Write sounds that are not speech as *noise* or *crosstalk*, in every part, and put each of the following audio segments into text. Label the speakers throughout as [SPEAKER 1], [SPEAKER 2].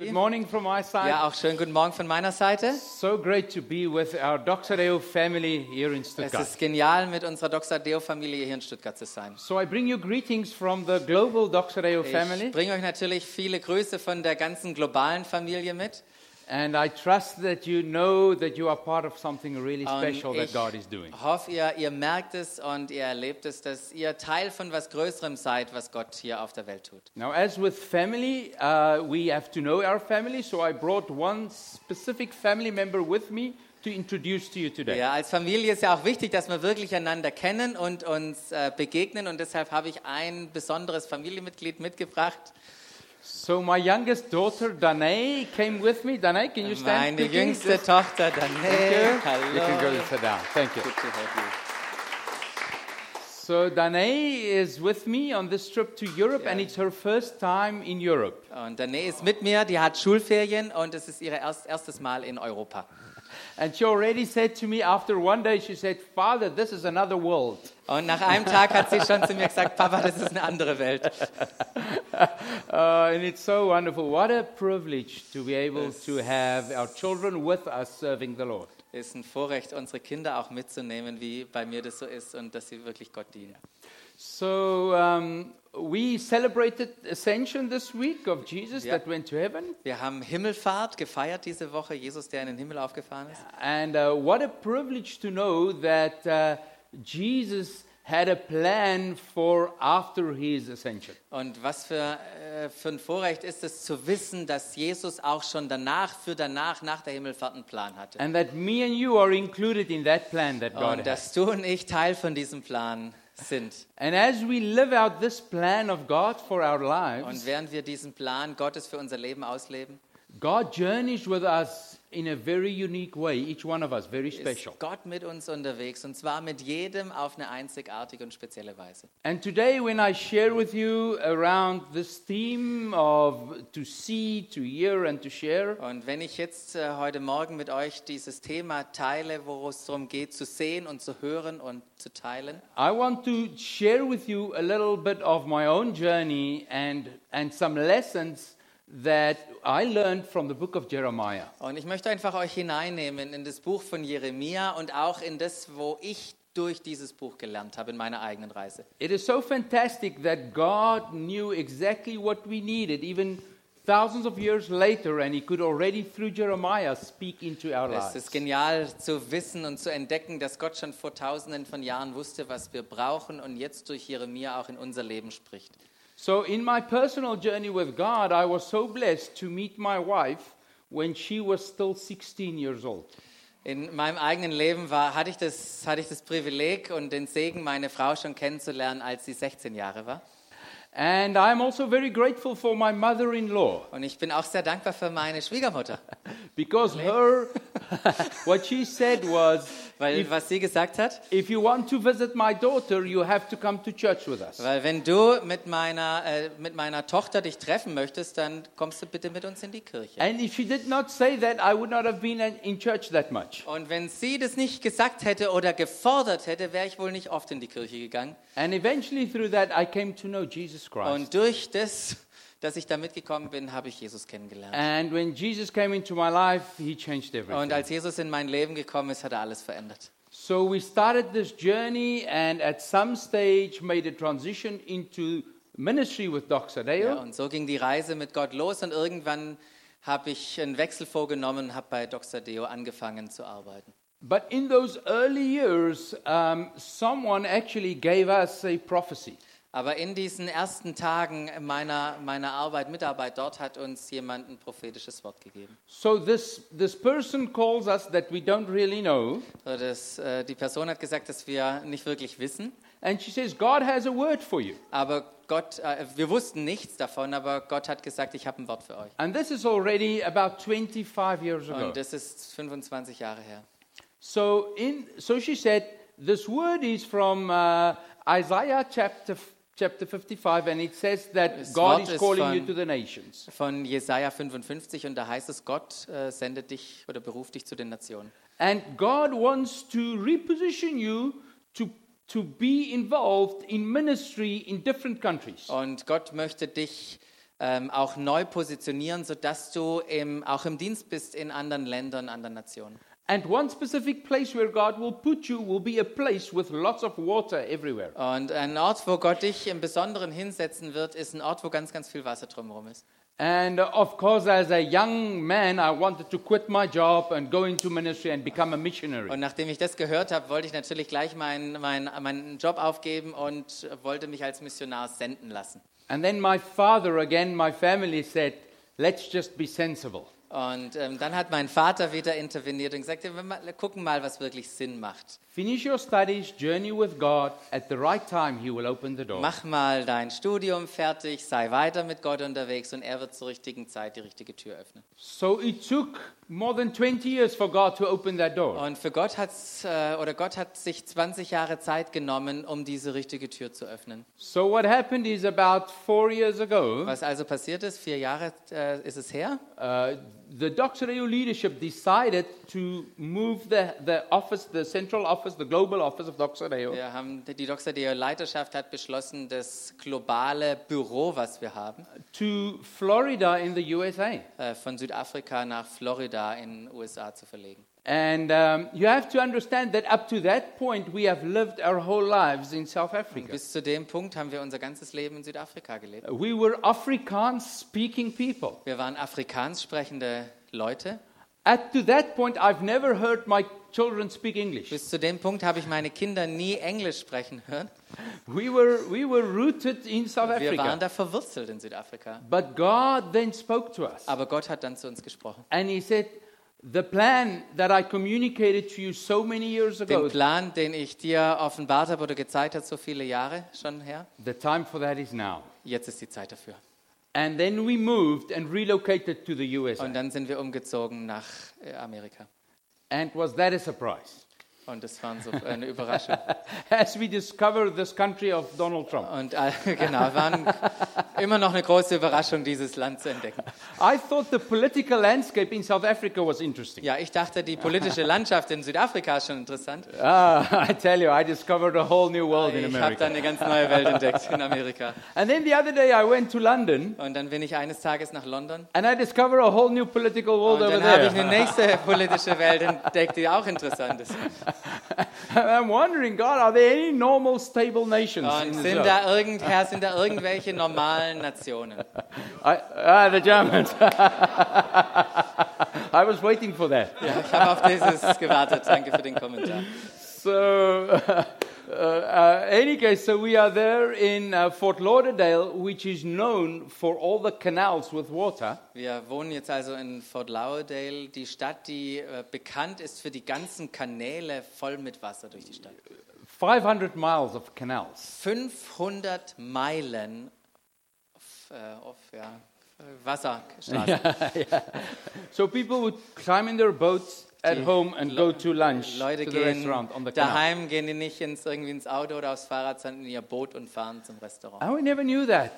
[SPEAKER 1] Good morning from my side.
[SPEAKER 2] Ja, auch schönen guten Morgen von meiner Seite.
[SPEAKER 1] So great to be with our Dr. Leo family here in
[SPEAKER 2] Es
[SPEAKER 1] Stuttgart.
[SPEAKER 2] ist genial, mit unserer Doxadeo-Familie hier in Stuttgart zu sein.
[SPEAKER 1] So I bring you greetings from the global Dr. Leo
[SPEAKER 2] Ich
[SPEAKER 1] family,
[SPEAKER 2] bringe euch natürlich viele Grüße von der ganzen globalen Familie mit.
[SPEAKER 1] and I trust that you know that you are part of something really
[SPEAKER 2] Und
[SPEAKER 1] special that
[SPEAKER 2] ich
[SPEAKER 1] God is doing.
[SPEAKER 2] hoffe, ihr, ihr merkt es und ihr erlebt es, dass ihr Teil von was Größerem seid, was Gott hier auf der Welt tut.
[SPEAKER 1] Now, as with family, uh, we have to know our family, so I brought one specific family member with me to introduce to you today.
[SPEAKER 2] Ja, als Familie ist ja auch wichtig, dass wir wirklich einander kennen und uns äh, begegnen. Und deshalb habe ich ein besonderes Familienmitglied mitgebracht.
[SPEAKER 1] So my youngest daughter, Danae, came with me. Danae, can you stand?
[SPEAKER 2] Meine
[SPEAKER 1] quickly?
[SPEAKER 2] jüngste Tochter
[SPEAKER 1] Thank
[SPEAKER 2] Danae.
[SPEAKER 1] you. You can go
[SPEAKER 2] Hallo.
[SPEAKER 1] and sit down. Thank you.
[SPEAKER 2] Good to have you.
[SPEAKER 1] So Danae is with me on this trip to Europe, and it's her first time in Europe.
[SPEAKER 2] Und Danae ist mit mir, die hat Schulferien und es ist ihr erst, erstes Mal in Europa.
[SPEAKER 1] And she already said to me after one day, she said, "Father, this is another world."
[SPEAKER 2] Und nach einem Tag hat sie schon zu mir gesagt, Papa, das ist eine andere Welt.
[SPEAKER 1] Uh, and it's so wonderful. What a privilege to be able to have our children with us serving the Lord.
[SPEAKER 2] Ist ein Vorrecht, unsere Kinder auch mitzunehmen, wie bei mir das so ist und dass sie wirklich Gott dienen.
[SPEAKER 1] So um, we celebrated Ascension this week of Jesus
[SPEAKER 2] Yeah.
[SPEAKER 1] that went to heaven.
[SPEAKER 2] Wir haben Himmelfahrt gefeiert diese Woche, Jesus, der in den Himmel aufgefahren ist.
[SPEAKER 1] And uh, what a privilege to know that uh, Jesus had a plan for after his ascension.
[SPEAKER 2] Und was für, äh, für ein Vorrecht ist es zu wissen, dass Jesus auch schon danach, für danach, nach der Himmelfahrt einen Plan hatte.
[SPEAKER 1] And that me and you are included in that plan that God
[SPEAKER 2] Und
[SPEAKER 1] has.
[SPEAKER 2] dass du und ich Teil von diesem Plan sind.
[SPEAKER 1] And as we live out this plan of God for our
[SPEAKER 2] Und
[SPEAKER 1] lives,
[SPEAKER 2] während wir diesen Plan Gottes für unser Leben ausleben,
[SPEAKER 1] God journeys with us in a very unique way, each one of us, very
[SPEAKER 2] ist
[SPEAKER 1] special.
[SPEAKER 2] Gott mit uns unterwegs und zwar mit jedem auf eine einzigartige und spezielle Weise.
[SPEAKER 1] And today, when I share with you around this theme of to see, to hear, and to share,
[SPEAKER 2] Und wenn ich jetzt äh, heute Morgen mit euch dieses Thema teile, wo es darum geht, zu sehen und zu hören und zu teilen,
[SPEAKER 1] I want to share with you a little bit of my own journey and, and some lessons that I learned from the book of Jeremiah.
[SPEAKER 2] und ich möchte einfach euch hineinnehmen in das Buch von Jeremia und auch in das, wo ich durch dieses Buch gelernt habe in meiner eigenen Reise.
[SPEAKER 1] It is so fantastic that God knew exactly what we needed, even thousands of years later, and He could already, through Jeremiah, speak into our
[SPEAKER 2] Es ist
[SPEAKER 1] lives.
[SPEAKER 2] genial zu wissen und zu entdecken, dass Gott schon vor tausenden von Jahren wusste, was wir brauchen und jetzt durch Jeremia auch in unser Leben spricht.
[SPEAKER 1] So, in my personal journey with God, I was so blessed to meet my wife when she was still 16 years old.
[SPEAKER 2] In meinem eigenen Leben war, hatte, ich das, hatte ich das Privileg und den Segen, meine Frau schon kennenzulernen, als sie 16 Jahre war.
[SPEAKER 1] And I'm also very grateful for my mother in law.
[SPEAKER 2] Und ich bin auch sehr dankbar für meine Schwiegermutter,
[SPEAKER 1] Because her, what she said was,
[SPEAKER 2] weil
[SPEAKER 1] if,
[SPEAKER 2] was sie gesagt hat,
[SPEAKER 1] if you want to visit my daughter, you have to come to church with us.
[SPEAKER 2] weil wenn du mit meiner, äh, mit meiner Tochter dich treffen möchtest, dann kommst du bitte mit uns in die Kirche.
[SPEAKER 1] And if she did not say that, I would not have been in in church that much.
[SPEAKER 2] Und wenn sie das nicht gesagt hätte oder gefordert hätte, wäre ich wohl nicht oft in die Kirche gegangen.
[SPEAKER 1] And eventually, through that, I came to know Jesus Christ.
[SPEAKER 2] Und durch das, dass ich da mitgekommen bin, habe ich Jesus kennengelernt.
[SPEAKER 1] And when Jesus came into my life, he changed
[SPEAKER 2] Und
[SPEAKER 1] everything.
[SPEAKER 2] als Jesus in mein Leben gekommen ist, hat er alles verändert.
[SPEAKER 1] So we started this journey and at some stage made a transition into ministry with
[SPEAKER 2] Ja,
[SPEAKER 1] Doxadeo.
[SPEAKER 2] und so ging die Reise mit Gott los und irgendwann habe ich einen Wechsel vorgenommen und habe bei Doxadeo angefangen zu arbeiten.
[SPEAKER 1] But in those early years, um, someone actually gave us a prophecy.
[SPEAKER 2] Aber in diesen ersten Tagen meiner, meiner Arbeit, Mitarbeit dort hat uns jemand ein prophetisches Wort gegeben.
[SPEAKER 1] So this this person calls us that we don't really know,
[SPEAKER 2] So, Das, äh, die Person hat gesagt, dass wir nicht wirklich wissen,
[SPEAKER 1] and she says, "God has a word for you."
[SPEAKER 2] aber Gott, äh, wir wussten nichts davon, aber Gott hat gesagt, ich habe ein Wort für euch.
[SPEAKER 1] And this is already about 25 years ago.
[SPEAKER 2] Und das ist 25 Jahre her.
[SPEAKER 1] So in so she said, "This word is from uh, Isaiah chapter f- chapter 55, and it says that
[SPEAKER 2] Das
[SPEAKER 1] God
[SPEAKER 2] Wort
[SPEAKER 1] is
[SPEAKER 2] ist
[SPEAKER 1] calling
[SPEAKER 2] von-
[SPEAKER 1] you to the nations."
[SPEAKER 2] Von Jesaja 55 und da heißt es, Gott äh, sendet dich oder beruft dich zu den Nationen.
[SPEAKER 1] And God wants to reposition you to to
[SPEAKER 2] Oh.
[SPEAKER 1] be involved in ministry in different countries.
[SPEAKER 2] Und Gott möchte dich ähm, auch neu positionieren, sodass du im, auch im Dienst bist in anderen Ländern, anderen Nationen.
[SPEAKER 1] And one specific place where God will put you will be a place with lots of water everywhere.
[SPEAKER 2] Und ein Ort, wo Gott dich im Besonderen hinsetzen wird, ist ein Ort, wo ganz, ganz viel Wasser drumherum ist.
[SPEAKER 1] And uh, of course, as a young man, I wanted to quit my job and go into ministry and become a missionary.
[SPEAKER 2] Und nachdem ich das gehört habe, wollte ich natürlich gleich meinen meinen- meinen Job aufgeben und wollte mich als Missionar senden lassen.
[SPEAKER 1] And then my father, again, my family said, let's just be sensible.
[SPEAKER 2] Und ähm, dann hat mein Vater wieder interveniert und gesagt, ja, wir mal- gucken mal, was wirklich Sinn macht.
[SPEAKER 1] Finish your studies, journey with God. At the right time, He will open the door.
[SPEAKER 2] Mach mal dein Studium fertig, sei weiter mit Gott unterwegs und er wird zur richtigen Zeit die richtige Tür öffnen.
[SPEAKER 1] So it took more than 20 years for God to open that door.
[SPEAKER 2] Und für Gott hat's, äh, oder Gott hat sich 20 Jahre Zeit genommen, um diese richtige Tür zu öffnen.
[SPEAKER 1] So what happened is about four years ago,
[SPEAKER 2] Was also passiert ist, vier Jahre äh, ist es her,
[SPEAKER 1] uh, the Doctor EU leadership decided to move the, the office, the central office, the global office of Doctor EU.
[SPEAKER 2] Wir haben, die Doxa-Deo-Leiterschaft hat beschlossen, das globale Büro, was wir haben,
[SPEAKER 1] to Florida in the USA.
[SPEAKER 2] äh, von Südafrika nach Florida in den USA zu verlegen.
[SPEAKER 1] And um, you have to understand that up to that point, we have lived our whole lives in South Africa.
[SPEAKER 2] Bis zu dem Punkt haben wir unser ganzes Leben in Südafrika gelebt.
[SPEAKER 1] We were Afrikaans speaking people.
[SPEAKER 2] Wir waren afrikaans sprechende Leute.
[SPEAKER 1] Up to that point, I've never heard my children speak English.
[SPEAKER 2] Bis zu dem Punkt habe ich meine Kinder nie Englisch sprechen hören.
[SPEAKER 1] We were, we were rooted in South
[SPEAKER 2] Wir waren
[SPEAKER 1] Africa.
[SPEAKER 2] da verwurzelt in Südafrika.
[SPEAKER 1] But God then spoke to us.
[SPEAKER 2] Aber Gott hat dann zu uns gesprochen.
[SPEAKER 1] And He said, The plan that I communicated to you so many years
[SPEAKER 2] Den
[SPEAKER 1] ago,
[SPEAKER 2] Plan, den ich dir offenbart habe oder gezeigt habe, so viele Jahre schon her,
[SPEAKER 1] the time for that is now.
[SPEAKER 2] jetzt ist die Zeit dafür.
[SPEAKER 1] And then we moved and relocated to the USA.
[SPEAKER 2] Und dann sind wir umgezogen nach äh, Amerika.
[SPEAKER 1] And was that a surprise? *laughs*
[SPEAKER 2] Und das war so eine Überraschung.
[SPEAKER 1] As we discover this country of Donald Trump,
[SPEAKER 2] Und äh, *laughs* genau, war immer noch eine große Überraschung, dieses Land zu entdecken.
[SPEAKER 1] I thought the political landscape in South Africa was interesting.
[SPEAKER 2] Ja, ich dachte, die politische Landschaft in Südafrika ist schon interessant.
[SPEAKER 1] Ah, *laughs* I tell you, I discovered a whole new world in
[SPEAKER 2] Ich habe
[SPEAKER 1] America.
[SPEAKER 2] da eine ganz neue Welt entdeckt in Amerika.
[SPEAKER 1] And then the other day I went to London
[SPEAKER 2] Und dann bin ich eines Tages nach London.
[SPEAKER 1] and I discovered a whole new political
[SPEAKER 2] Und
[SPEAKER 1] world over
[SPEAKER 2] dann habe ich
[SPEAKER 1] there. *laughs*
[SPEAKER 2] eine nächste politische Welt entdeckt, die auch interessant ist.
[SPEAKER 1] And I'm wondering, God, are there any normal, stable nations
[SPEAKER 2] Und
[SPEAKER 1] in this
[SPEAKER 2] sind
[SPEAKER 1] world?
[SPEAKER 2] da, irgendher, sind da irgendwelche normalen Nationen?
[SPEAKER 1] I, ah, the Germans. *laughs* I was waiting for that.
[SPEAKER 2] Ja, ich habe auf dieses gewartet. Danke für den Kommentar.
[SPEAKER 1] So, *laughs* uh, uh, any case, so we are there in uh, Fort Lauderdale, which is known for all the canals with water.
[SPEAKER 2] Wir wohnen jetzt also in Fort Lauderdale, die Stadt, die äh, bekannt ist für die ganzen Kanäle voll mit Wasser durch die Stadt.
[SPEAKER 1] 500 miles of canals.
[SPEAKER 2] 500 Meilen auf, äh, auf ja, Wasserstraßen.
[SPEAKER 1] So people would climb in their boats at home and go to lunch
[SPEAKER 2] Leute
[SPEAKER 1] to the
[SPEAKER 2] gehen
[SPEAKER 1] restaurant on the canal.
[SPEAKER 2] daheim, gehen die nicht ins, irgendwie ins Auto oder aufs Fahrrad, sondern in ihr Boot und fahren zum Restaurant.
[SPEAKER 1] And we never knew that.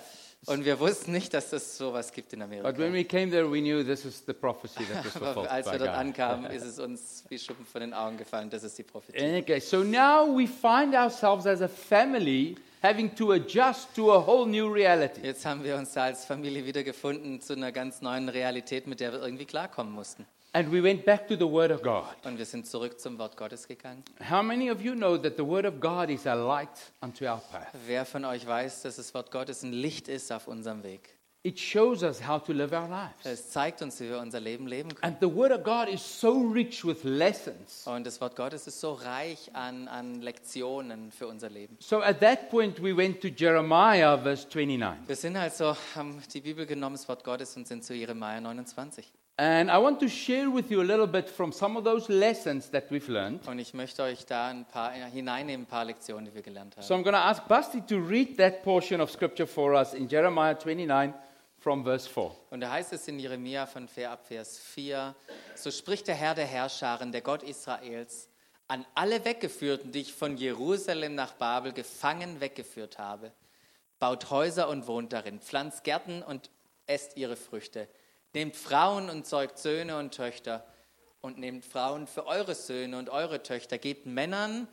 [SPEAKER 2] Und wir wussten nicht, dass es sowas gibt in
[SPEAKER 1] But
[SPEAKER 2] Amerika.
[SPEAKER 1] when we came there, we knew this is the prophecy that *laughs* was fulfilled
[SPEAKER 2] Aber als
[SPEAKER 1] by
[SPEAKER 2] wir dort
[SPEAKER 1] God. *laughs*
[SPEAKER 2] ankamen, ist es uns wie Schuppen von den Augen gefallen. Das ist die Prophetie.
[SPEAKER 1] In any case, so now we find ourselves as a family having to adjust to a whole new reality.
[SPEAKER 2] Jetzt haben wir uns da als Familie wiedergefunden zu einer ganz neuen Realität, mit der wir irgendwie klarkommen mussten.
[SPEAKER 1] And we went back to the Word of God.
[SPEAKER 2] Und wir sind zurück zum Wort Gottes gegangen.
[SPEAKER 1] How many of you know that the Word of God is a light unto our path?
[SPEAKER 2] Wer von euch weiß, dass das Wort Gottes ein Licht ist auf unserem Weg?
[SPEAKER 1] It shows us how to live our lives.
[SPEAKER 2] Es zeigt uns, wie wir unser Leben leben können.
[SPEAKER 1] And the Word of God is so rich with lessons.
[SPEAKER 2] Und das Wort Gottes ist so reich an, an Lektionen für unser Leben.
[SPEAKER 1] So at that point, we went to Jeremiah, verse 29.
[SPEAKER 2] Wir sind also, haben die Bibel genommen, das Wort Gottes, und sind zu Jeremia 29.
[SPEAKER 1] And I want to share with you a little bit from some of those lessons that we've learned.
[SPEAKER 2] Und ich möchte euch da ein paar ja, hineinnehmen, ein paar Lektionen, die wir gelernt haben.
[SPEAKER 1] So I'm going to ask Basti to read that portion of scripture for us in Jeremiah 29 from verse 4.
[SPEAKER 2] Und da heißt es in Jeremia von Ver- ab Vers 4, so spricht der Herr der Herrscharen, der Gott Israels, an alle Weggeführten, die ich von Jerusalem nach Babel gefangen weggeführt habe. Baut Häuser und wohnt darin, pflanzt Gärten und esst ihre Früchte. Nehmt Frauen und zeugt Söhne und Töchter und nehmt Frauen für eure Söhne und eure Töchter. Gebt Männern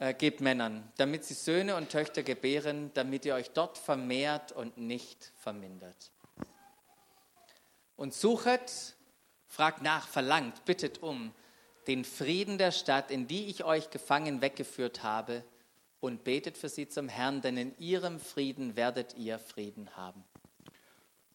[SPEAKER 2] äh, gebt Männern, damit sie Söhne und Töchter gebären, damit ihr euch dort vermehrt und nicht vermindert. Und suchet, fragt nach, verlangt, bittet um den Frieden der Stadt, in die ich euch gefangen weggeführt habe, und betet für sie zum Herrn, denn in ihrem Frieden werdet ihr Frieden haben.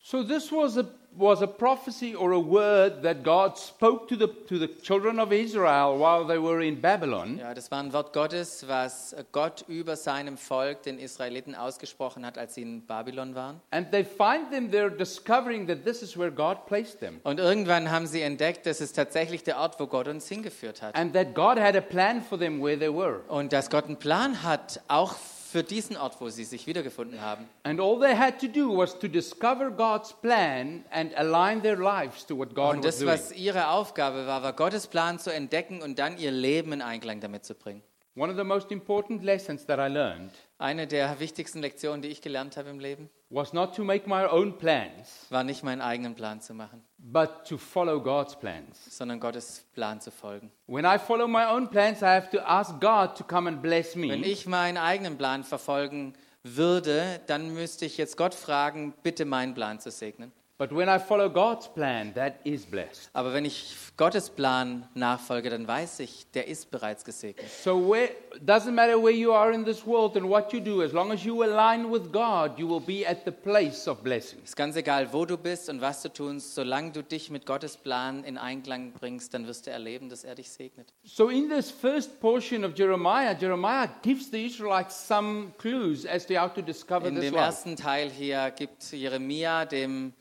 [SPEAKER 1] So this was a, was a prophecy or a word that God spoke to the, to the children of Israel while they were in Babylon.
[SPEAKER 2] Ja, das war ein Wort Gottes, was Gott über seinem Volk, den Israeliten, ausgesprochen hat, als sie in Babylon waren.
[SPEAKER 1] And they find them there discovering that this is where God placed them.
[SPEAKER 2] Und irgendwann haben sie entdeckt, das ist tatsächlich der Ort, wo Gott uns hingeführt hat.
[SPEAKER 1] And that God had a plan for them where they were.
[SPEAKER 2] Und dass Gott einen Plan hat, auch für diesen Ort, wo sie sich wiedergefunden haben.
[SPEAKER 1] And all they had to do was to discover God's plan and align their lives to what God
[SPEAKER 2] Und
[SPEAKER 1] was
[SPEAKER 2] das,
[SPEAKER 1] doing.
[SPEAKER 2] was ihre Aufgabe war, war Gottes Plan zu entdecken und dann ihr Leben in Einklang damit zu bringen.
[SPEAKER 1] One of the most important lessons that I learned
[SPEAKER 2] Eine der wichtigsten Lektionen, die ich gelernt habe im Leben,
[SPEAKER 1] was not to make my own plans,
[SPEAKER 2] war nicht meinen eigenen Plan zu machen,
[SPEAKER 1] but to follow God's plans.
[SPEAKER 2] sondern Gottes Plan zu folgen.
[SPEAKER 1] When I follow my own plans, I have to ask God to come and bless
[SPEAKER 2] Wenn
[SPEAKER 1] me.
[SPEAKER 2] ich meinen eigenen Plan verfolgen würde, dann müsste ich jetzt Gott fragen, bitte meinen Plan zu segnen.
[SPEAKER 1] But when I follow God's plan, that is blessed.
[SPEAKER 2] Aber wenn ich Gottes Plan nachfolge, dann weiß ich, der ist bereits gesegnet.
[SPEAKER 1] So where doesn't matter where you are in this world and what you do, as long as you align with God, you will be at the place of blessings.
[SPEAKER 2] Es ist ganz egal, wo du bist und was du tust, solange du dich mit Gottes Plan in Einklang bringst, dann wirst du erleben, dass er dich segnet.
[SPEAKER 1] So, in this first portion of Jeremiah, Jeremiah gives the Israelites some clues as to how to discover
[SPEAKER 2] In
[SPEAKER 1] this
[SPEAKER 2] dem
[SPEAKER 1] life.
[SPEAKER 2] ersten Teil hier gibt Jeremia dem,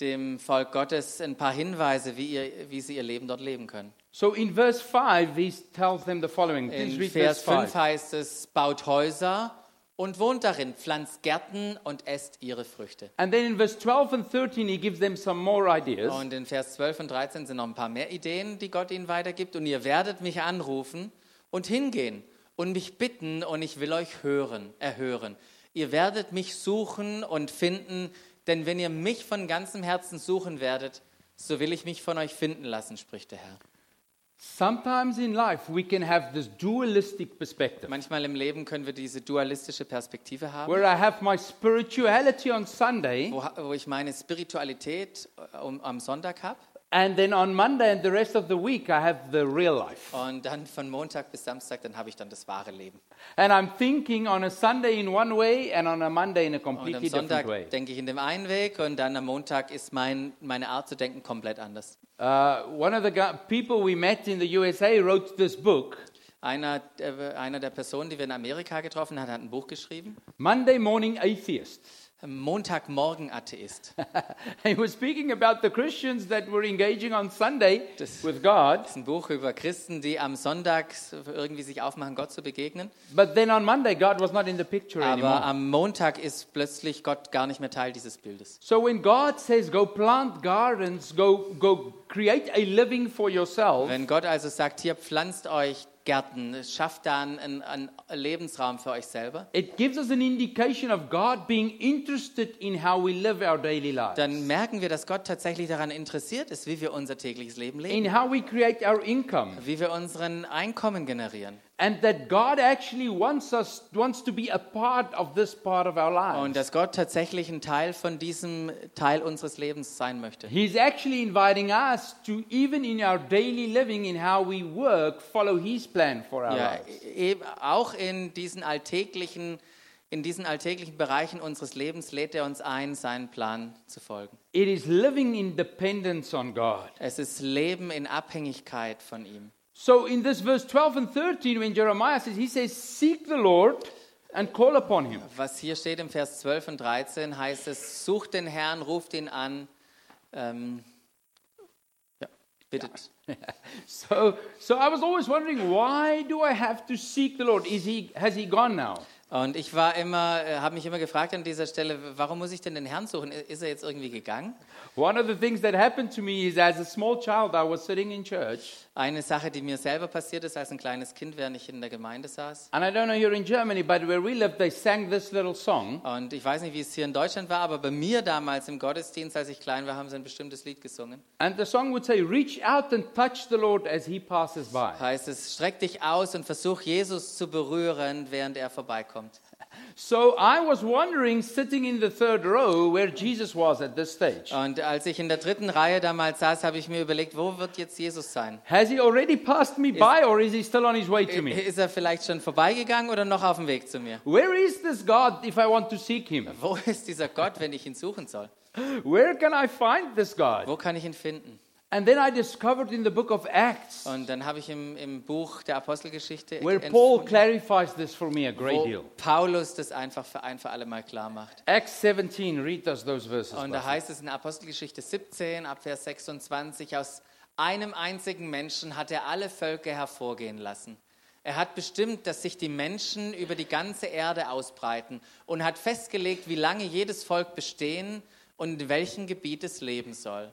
[SPEAKER 2] dem Volk Gottes ein paar Hinweise, wie, ihr, wie sie ihr Leben dort leben können.
[SPEAKER 1] So, in verse 5, he tells them the following. Please
[SPEAKER 2] In
[SPEAKER 1] read
[SPEAKER 2] Vers
[SPEAKER 1] verse
[SPEAKER 2] 5
[SPEAKER 1] 5.
[SPEAKER 2] heißt es, baut Häuser und wohnt darin, pflanzt Gärten und esst ihre Früchte.
[SPEAKER 1] And then in verse 12 and 13, he gives them some more ideas.
[SPEAKER 2] Und in Vers 12 und 13 sind noch ein paar mehr Ideen, die Gott ihnen weitergibt. Und ihr werdet mich anrufen und hingehen und mich bitten und ich will euch hören, erhören. Ihr werdet mich suchen und finden, denn wenn ihr mich von ganzem Herzen suchen werdet, so will ich mich von euch finden lassen, spricht der Herr.
[SPEAKER 1] Sometimes in life, we can have this dualistic perspective
[SPEAKER 2] Manchmal im Leben können wir diese dualistische Perspektive haben.
[SPEAKER 1] where I have my spirituality on Sunday,
[SPEAKER 2] wo, wo ich meine Spiritualität äh, um, am Sonntag habe
[SPEAKER 1] and then on Monday and the rest of the week, I have the real life.
[SPEAKER 2] und dann von Montag bis Samstag, dann habe ich dann das wahre Leben.
[SPEAKER 1] And I'm thinking on a Sunday in one way and on a Monday in a
[SPEAKER 2] Und am
[SPEAKER 1] completely different way.
[SPEAKER 2] Sonntag denke ich in dem einen Weg und dann am Montag ist mein, meine Art zu denken komplett anders.
[SPEAKER 1] Uh, one of the gu- people we met in the USA wrote this book.
[SPEAKER 2] Einer, äh, einer der Personen, die wir in Amerika getroffen haben, hat ein Buch geschrieben,
[SPEAKER 1] Monday Morning Atheist.
[SPEAKER 2] Montagmorgen Atheist. Das
[SPEAKER 1] *laughs* he was speaking about the Christians that were engaging on Sunday
[SPEAKER 2] Das-
[SPEAKER 1] with God,
[SPEAKER 2] ist ein Buch über Christen, die am Sonntag irgendwie sich aufmachen, Gott zu begegnen.
[SPEAKER 1] but then on Monday God was not in the picture
[SPEAKER 2] Aber
[SPEAKER 1] anymore.
[SPEAKER 2] am Montag ist plötzlich Gott gar nicht mehr Teil dieses Bildes.
[SPEAKER 1] So when God says, "Go plant gardens, go go create a living for yourself,"
[SPEAKER 2] Wenn Gott also sagt, hier pflanzt euch Gärten, schafft da einen, einen Lebensraum für euch selber,
[SPEAKER 1] it gives us an indication of God being interested in how we live our daily lives,
[SPEAKER 2] dann merken wir, dass Gott tatsächlich daran interessiert ist, wie wir unser tägliches Leben
[SPEAKER 1] in
[SPEAKER 2] leben,
[SPEAKER 1] how we create our income.
[SPEAKER 2] wie wir unseren Einkommen generieren
[SPEAKER 1] and that God actually wants us wants to be a part of this part of our
[SPEAKER 2] und
[SPEAKER 1] lives.
[SPEAKER 2] dass Gott tatsächlich ein Teil von diesem Teil unseres Lebens sein möchte.
[SPEAKER 1] He's actually inviting us to even in our daily living in how we work follow his plan for our
[SPEAKER 2] Ja,
[SPEAKER 1] lives.
[SPEAKER 2] eben auch in diesen alltäglichen in diesen alltäglichen Bereichen unseres Lebens lädt er uns ein, seinen Plan zu folgen.
[SPEAKER 1] It is living in dependence on God.
[SPEAKER 2] Es ist Leben in Abhängigkeit von ihm.
[SPEAKER 1] So in this verse 12 and 13 when Jeremiah says he says seek the Lord and call upon him.
[SPEAKER 2] Was hier steht im Vers 12 und 13, heißt es, sucht den Herrn, ruft ihn an, ähm, ja, bittet.
[SPEAKER 1] So so I was always wondering why do I have to seek the Lord? Is he has he gone now?
[SPEAKER 2] Und ich war immer, äh, habe mich immer gefragt an dieser Stelle, warum muss ich denn den Herrn suchen? Ist er jetzt irgendwie gegangen?
[SPEAKER 1] One of the things that happened to me is as a small child, I was sitting in church.
[SPEAKER 2] Eine Sache, die mir selber passiert ist, als ein kleines Kind, während ich in der Gemeinde saß.
[SPEAKER 1] And I don't know here in Germany, but where we lived, they sang this little song.
[SPEAKER 2] Und ich weiß nicht, wie es hier in Deutschland war, aber bei mir damals im Gottesdienst, als ich klein war, haben sie ein bestimmtes Lied gesungen.
[SPEAKER 1] And the song would say, Reach out and touch the Lord as he passes by.
[SPEAKER 2] Heißt es, streck dich aus und versuch Jesus zu berühren, während er vorbeikommt.
[SPEAKER 1] So I was wondering, sitting in the third row, where Jesus was at this stage.
[SPEAKER 2] Und als ich in der dritten Reihe damals saß, habe ich mir überlegt, wo wird jetzt Jesus sein?
[SPEAKER 1] Has he already passed me by, or is he still on his way to me?
[SPEAKER 2] Ist er vielleicht schon vorbeigegangen oder noch auf dem Weg zu mir?
[SPEAKER 1] Where is this God if I want to seek him?
[SPEAKER 2] Wo ist dieser Gott, wenn ich ihn suchen soll?
[SPEAKER 1] Where can I find this God?
[SPEAKER 2] Wo kann ich ihn finden?
[SPEAKER 1] And then I discovered in the book of Acts,
[SPEAKER 2] Und dann habe ich im, im Buch der Apostelgeschichte
[SPEAKER 1] where
[SPEAKER 2] ent-
[SPEAKER 1] Paul
[SPEAKER 2] entfunden,
[SPEAKER 1] clarifies this for me a great
[SPEAKER 2] wo
[SPEAKER 1] deal.
[SPEAKER 2] Paulus das einfach für ein für alle Mal klar macht.
[SPEAKER 1] Acts 17, read us those verses.
[SPEAKER 2] Und da
[SPEAKER 1] Pastor.
[SPEAKER 2] heißt es in Apostelgeschichte 17, ab Vers 26, aus einem einzigen Menschen hat er alle Völker hervorgehen lassen. Er hat bestimmt, dass sich die Menschen über die ganze Erde ausbreiten und hat festgelegt, wie lange jedes Volk bestehen und in welchem Gebiet es leben soll.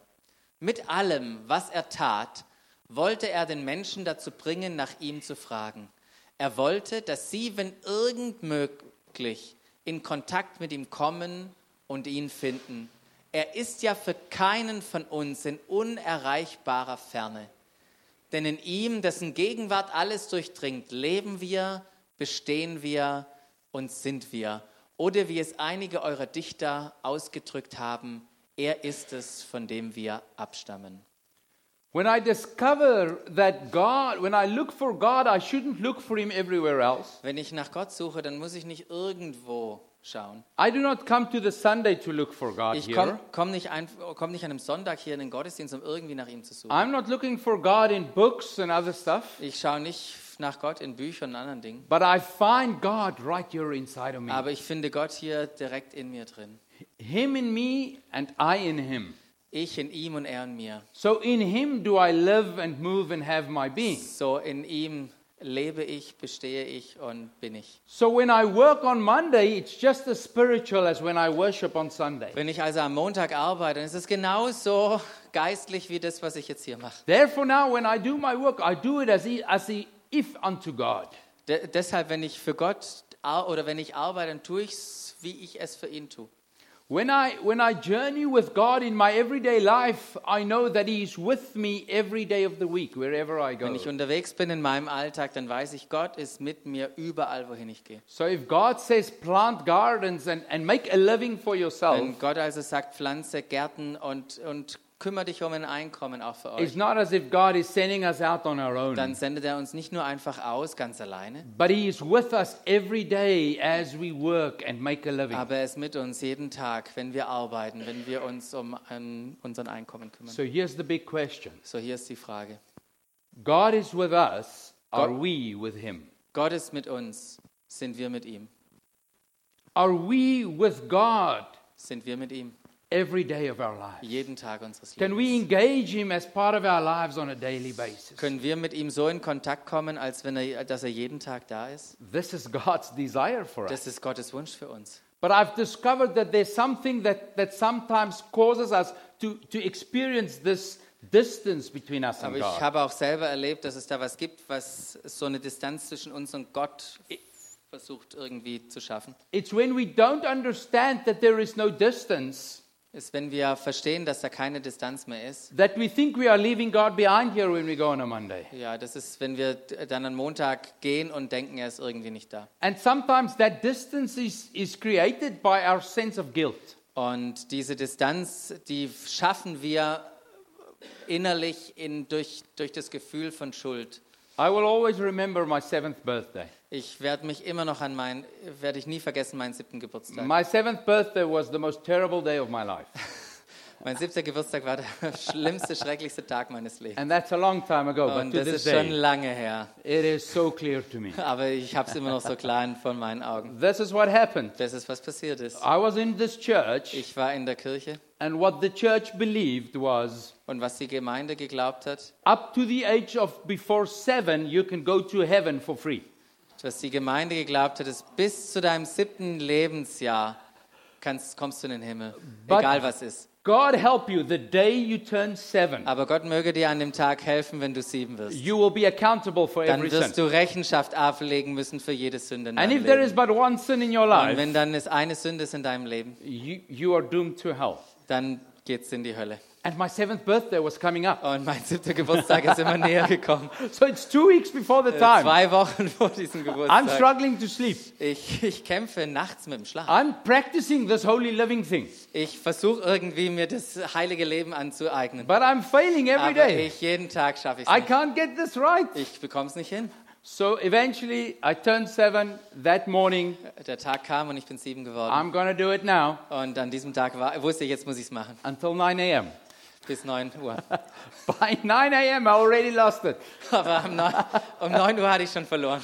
[SPEAKER 2] Mit allem, was er tat, wollte er den Menschen dazu bringen, nach ihm zu fragen. Er wollte, dass sie, wenn irgend möglich, in Kontakt mit ihm kommen und ihn finden. Er ist ja für keinen von uns in unerreichbarer Ferne. Denn in ihm, dessen Gegenwart alles durchdringt, leben wir, bestehen wir und sind wir. Oder wie es einige eurer Dichter ausgedrückt haben, er ist es, von dem wir abstammen.
[SPEAKER 1] When I discover that God, when I look for God, I shouldn't look for Him everywhere else.
[SPEAKER 2] Wenn ich nach Gott suche, dann muss ich nicht irgendwo schauen.
[SPEAKER 1] I do not come to the Sunday to look for God
[SPEAKER 2] Ich
[SPEAKER 1] here.
[SPEAKER 2] komme komm nicht, ein- komm nicht an einem Sonntag hier in den Gottesdienst, um irgendwie nach ihm zu suchen.
[SPEAKER 1] I'm not looking for God in books and other stuff,
[SPEAKER 2] Ich schaue nicht nach Gott in Büchern und anderen Dingen,
[SPEAKER 1] but I find God right here inside of me.
[SPEAKER 2] aber ich finde Gott hier direkt in mir drin.
[SPEAKER 1] Him in me and I in Him.
[SPEAKER 2] Ich in ihm und er in mir.
[SPEAKER 1] So in Him do I live and move and have my being.
[SPEAKER 2] So in ihm lebe ich, bestehe ich und bin ich.
[SPEAKER 1] So when I work on Monday, it's just as spiritual as when I worship on Sunday.
[SPEAKER 2] Wenn ich also am Montag arbeite, dann ist es genauso geistlich wie das, was ich jetzt hier mache.
[SPEAKER 1] Therefore, now when I do my work, I do it as, e- as e- if unto God.
[SPEAKER 2] De deshalb, wenn ich für Gott ar- oder wenn ich arbeite, dann tue ich es, wie ich es für ihn tue.
[SPEAKER 1] When I, when I journey with God in my everyday life, I know that He is with me every day of the week, wherever I
[SPEAKER 2] Wenn
[SPEAKER 1] go.
[SPEAKER 2] ich unterwegs bin in meinem Alltag, dann weiß ich, Gott ist mit mir überall, wohin ich gehe.
[SPEAKER 1] So if God says plant gardens and, and make a living for yourself,
[SPEAKER 2] Wenn Gott also sagt, pflanze Gärten und, und kümmere dich um ein Einkommen auch für
[SPEAKER 1] it's
[SPEAKER 2] euch,
[SPEAKER 1] not as if God is sending us out on our
[SPEAKER 2] dann
[SPEAKER 1] own.
[SPEAKER 2] sendet er uns nicht nur einfach aus, ganz alleine,
[SPEAKER 1] But He is with us every day as we work and make a living.
[SPEAKER 2] Aber er ist mit uns jeden Tag, wenn wir arbeiten, wenn wir uns um ein, unseren Einkommen kümmern.
[SPEAKER 1] So here's the big question
[SPEAKER 2] So, hier ist die Frage.
[SPEAKER 1] God is with us, are
[SPEAKER 2] God-
[SPEAKER 1] we with Him?
[SPEAKER 2] Gott ist mit uns. Sind wir mit ihm?
[SPEAKER 1] Are we with God
[SPEAKER 2] Sind wir mit ihm?
[SPEAKER 1] every day of our lives?
[SPEAKER 2] Jeden Tag unseres
[SPEAKER 1] Can
[SPEAKER 2] Lebens.
[SPEAKER 1] we engage Him as part of our lives on a daily basis?
[SPEAKER 2] Können wir mit ihm so in Kontakt kommen, als wenn er, dass er jeden Tag da ist?
[SPEAKER 1] This is God's desire for us.
[SPEAKER 2] Das ist Gottes Wunsch für uns.
[SPEAKER 1] But I've discovered that there's something that, that sometimes causes us to, to experience this distance between us
[SPEAKER 2] Aber
[SPEAKER 1] and
[SPEAKER 2] ich
[SPEAKER 1] God.
[SPEAKER 2] habe auch selber erlebt, dass es da was gibt, was so eine Distanz zwischen uns und Gott versucht irgendwie zu schaffen.
[SPEAKER 1] It's when we don't understand that there is no distance
[SPEAKER 2] Ist, wenn wir verstehen, dass da keine Distanz mehr ist,
[SPEAKER 1] that we think we are leaving God behind here when we go on a Monday.
[SPEAKER 2] Ja, das ist, wenn wir dann am Montag gehen und denken, er ist irgendwie nicht da.
[SPEAKER 1] And sometimes that distance is, is created by our sense of guilt.
[SPEAKER 2] Und diese Distanz, die schaffen wir innerlich in, durch, durch das Gefühl von Schuld.
[SPEAKER 1] I will always remember my seventh birthday.
[SPEAKER 2] Ich werde mich immer noch an meinen, werde ich nie vergessen, meinen siebten Geburtstag.
[SPEAKER 1] My seventh birthday was the most terrible day of my life.
[SPEAKER 2] mein siebter Geburtstag war der *laughs* schlimmste, schrecklichste Tag meines Lebens.
[SPEAKER 1] And that's a long time
[SPEAKER 2] *laughs*
[SPEAKER 1] ago, but
[SPEAKER 2] Und
[SPEAKER 1] to
[SPEAKER 2] das
[SPEAKER 1] this
[SPEAKER 2] ist schon
[SPEAKER 1] day,
[SPEAKER 2] lange her.
[SPEAKER 1] it is so clear to me.
[SPEAKER 2] Aber ich habe es immer noch so klein vor meinen Augen.
[SPEAKER 1] This is what happened.
[SPEAKER 2] Das ist, was passiert ist.
[SPEAKER 1] I was in this church,
[SPEAKER 2] Ich war in der Kirche
[SPEAKER 1] and what the church believed was
[SPEAKER 2] und was die Gemeinde geglaubt hat,
[SPEAKER 1] up to the age of before seven, you can go to heaven for free.
[SPEAKER 2] dass die Gemeinde geglaubt hat, ist bis zu deinem siebten Lebensjahr kannst, kommst du in den Himmel,
[SPEAKER 1] But-
[SPEAKER 2] egal was ist.
[SPEAKER 1] God help you the day you turn seven.
[SPEAKER 2] Aber Gott möge dir an dem Tag helfen, wenn du sieben wirst.
[SPEAKER 1] You will be accountable for
[SPEAKER 2] Dann
[SPEAKER 1] every sin.
[SPEAKER 2] wirst du Rechenschaft ablegen müssen für jede Sünde. In
[SPEAKER 1] And
[SPEAKER 2] deinem
[SPEAKER 1] if there is
[SPEAKER 2] Leben.
[SPEAKER 1] but one sin in your
[SPEAKER 2] Und
[SPEAKER 1] life,
[SPEAKER 2] wenn dann es eine Sünde ist in deinem Leben,
[SPEAKER 1] you, you are doomed to hell.
[SPEAKER 2] dann geht's in die Hölle.
[SPEAKER 1] And my seventh birthday was coming up.
[SPEAKER 2] Und mein siebter Geburtstag ist
[SPEAKER 1] *laughs*
[SPEAKER 2] immer näher gekommen.
[SPEAKER 1] So it's two weeks before the time.
[SPEAKER 2] Zwei Wochen vor diesem
[SPEAKER 1] I'm
[SPEAKER 2] Geburtstag.
[SPEAKER 1] struggling to sleep.
[SPEAKER 2] Ich, ich kämpfe nachts mit dem Schlaf.
[SPEAKER 1] I'm practicing this holy living thing,
[SPEAKER 2] Ich versuche irgendwie, mir das heilige Leben anzueignen.
[SPEAKER 1] but I'm failing every
[SPEAKER 2] Aber
[SPEAKER 1] day.
[SPEAKER 2] ich, jeden Tag schaffe ich es
[SPEAKER 1] I
[SPEAKER 2] nicht.
[SPEAKER 1] can't get this right.
[SPEAKER 2] Ich bekomme es nicht hin.
[SPEAKER 1] So eventually, I turned seven that morning.
[SPEAKER 2] Der Tag kam und ich bin sieben geworden.
[SPEAKER 1] I'm going to do it now
[SPEAKER 2] Und an diesem Tag war, wusste ich, jetzt muss ich es machen.
[SPEAKER 1] until 9 a.m.
[SPEAKER 2] Bis 9 Uhr.
[SPEAKER 1] *laughs*
[SPEAKER 2] *laughs*
[SPEAKER 1] By 9 a.m., I already lost it.
[SPEAKER 2] Aber um 9, um 9 Uhr hatte ich schon verloren,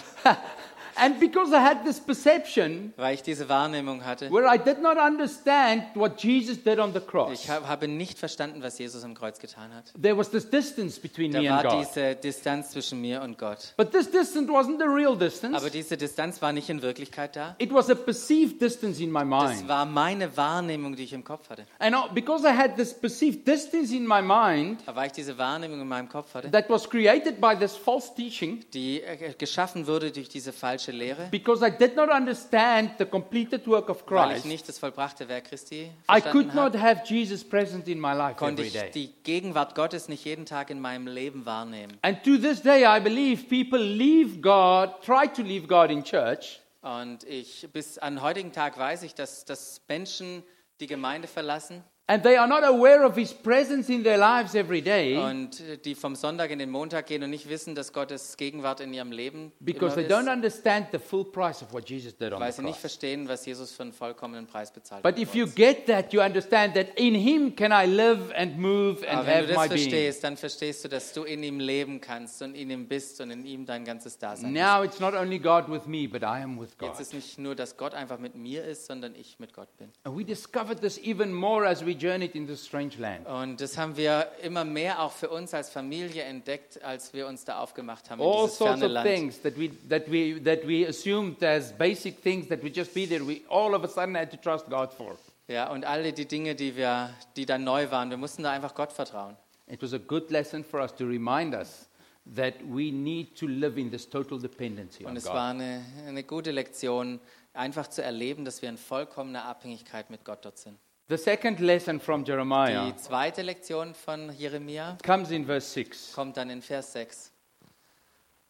[SPEAKER 1] And because I had this perception
[SPEAKER 2] weil ich diese Wahrnehmung hatte.
[SPEAKER 1] where I did not understand what Jesus did on the cross,
[SPEAKER 2] Ich hab, habe nicht verstanden, was Jesus am Kreuz getan hat.
[SPEAKER 1] there was this distance between
[SPEAKER 2] Da
[SPEAKER 1] me and
[SPEAKER 2] war
[SPEAKER 1] God.
[SPEAKER 2] diese Distanz zwischen mir und Gott.
[SPEAKER 1] But this distance wasn't the real distance,
[SPEAKER 2] Aber diese Distanz war nicht in Wirklichkeit da.
[SPEAKER 1] it was a perceived distance in my
[SPEAKER 2] Das
[SPEAKER 1] mind.
[SPEAKER 2] war meine Wahrnehmung, die ich im Kopf hatte.
[SPEAKER 1] And uh, because I had this perceived distance in my mind,
[SPEAKER 2] Aber weil ich diese Wahrnehmung in meinem Kopf hatte,
[SPEAKER 1] that was created by this false teaching
[SPEAKER 2] die äh, geschaffen wurde durch diese falsche Lehre,
[SPEAKER 1] because I did not understand the completed work of
[SPEAKER 2] weil ich
[SPEAKER 1] Christ.
[SPEAKER 2] nicht das vollbrachte Werk Christi
[SPEAKER 1] I could
[SPEAKER 2] verstanden
[SPEAKER 1] not
[SPEAKER 2] habe,
[SPEAKER 1] have Jesus present in my life
[SPEAKER 2] konnte
[SPEAKER 1] every day.
[SPEAKER 2] ich die Gegenwart Gottes nicht jeden Tag in meinem Leben wahrnehmen.
[SPEAKER 1] And to this day, I believe people leave God, try to leave God in church,
[SPEAKER 2] Und ich bis an heutigen Tag weiß ich, dass, dass Menschen die Gemeinde verlassen
[SPEAKER 1] and they are not aware of His presence in their lives every day
[SPEAKER 2] und äh, die vom Sonntag in den Montag gehen und nicht wissen, dass Gottes Gegenwart in ihrem Leben
[SPEAKER 1] because they
[SPEAKER 2] immer
[SPEAKER 1] don't
[SPEAKER 2] ist,
[SPEAKER 1] understand the full price of what Jesus did on
[SPEAKER 2] weil
[SPEAKER 1] the
[SPEAKER 2] sie nicht
[SPEAKER 1] cross.
[SPEAKER 2] verstehen, was Jesus für einen vollkommenen Preis bezahlt hat.
[SPEAKER 1] But if you get that, you understand that in Him can I live and move and
[SPEAKER 2] Aber Ah, wenn
[SPEAKER 1] have
[SPEAKER 2] du
[SPEAKER 1] my being.
[SPEAKER 2] das verstehst, dann verstehst du, dass du in ihm leben kannst und in ihm bist und in ihm dein ganzes Dasein.
[SPEAKER 1] Now it's not only God with me, but I am with God.
[SPEAKER 2] Jetzt ist nicht nur, dass Gott einfach mit mir ist, sondern ich mit Gott bin.
[SPEAKER 1] And we discovered this even more as we journeyed in this strange land.
[SPEAKER 2] Und das haben wir immer mehr auch für uns als Familie entdeckt, als wir uns da aufgemacht haben in
[SPEAKER 1] All
[SPEAKER 2] dieses
[SPEAKER 1] sorts
[SPEAKER 2] ferne
[SPEAKER 1] of
[SPEAKER 2] Land.
[SPEAKER 1] things that we, that, we, that we assumed as basic things that would just be there, we all of a sudden had to trust God for.
[SPEAKER 2] Ja, und alle die Dinge, die wir, die dann neu waren, wir mussten da einfach Gott vertrauen.
[SPEAKER 1] It was a good lesson for us to remind us that we need to live in this total dependency
[SPEAKER 2] Und
[SPEAKER 1] on
[SPEAKER 2] es
[SPEAKER 1] God.
[SPEAKER 2] war eine, eine gute Lektion, einfach zu erleben, dass wir in vollkommener Abhängigkeit mit Gott dort sind.
[SPEAKER 1] The second lesson from Jeremiah
[SPEAKER 2] Die zweite Lektion von Jeremia
[SPEAKER 1] comes in verse 6.
[SPEAKER 2] kommt dann in Vers 6.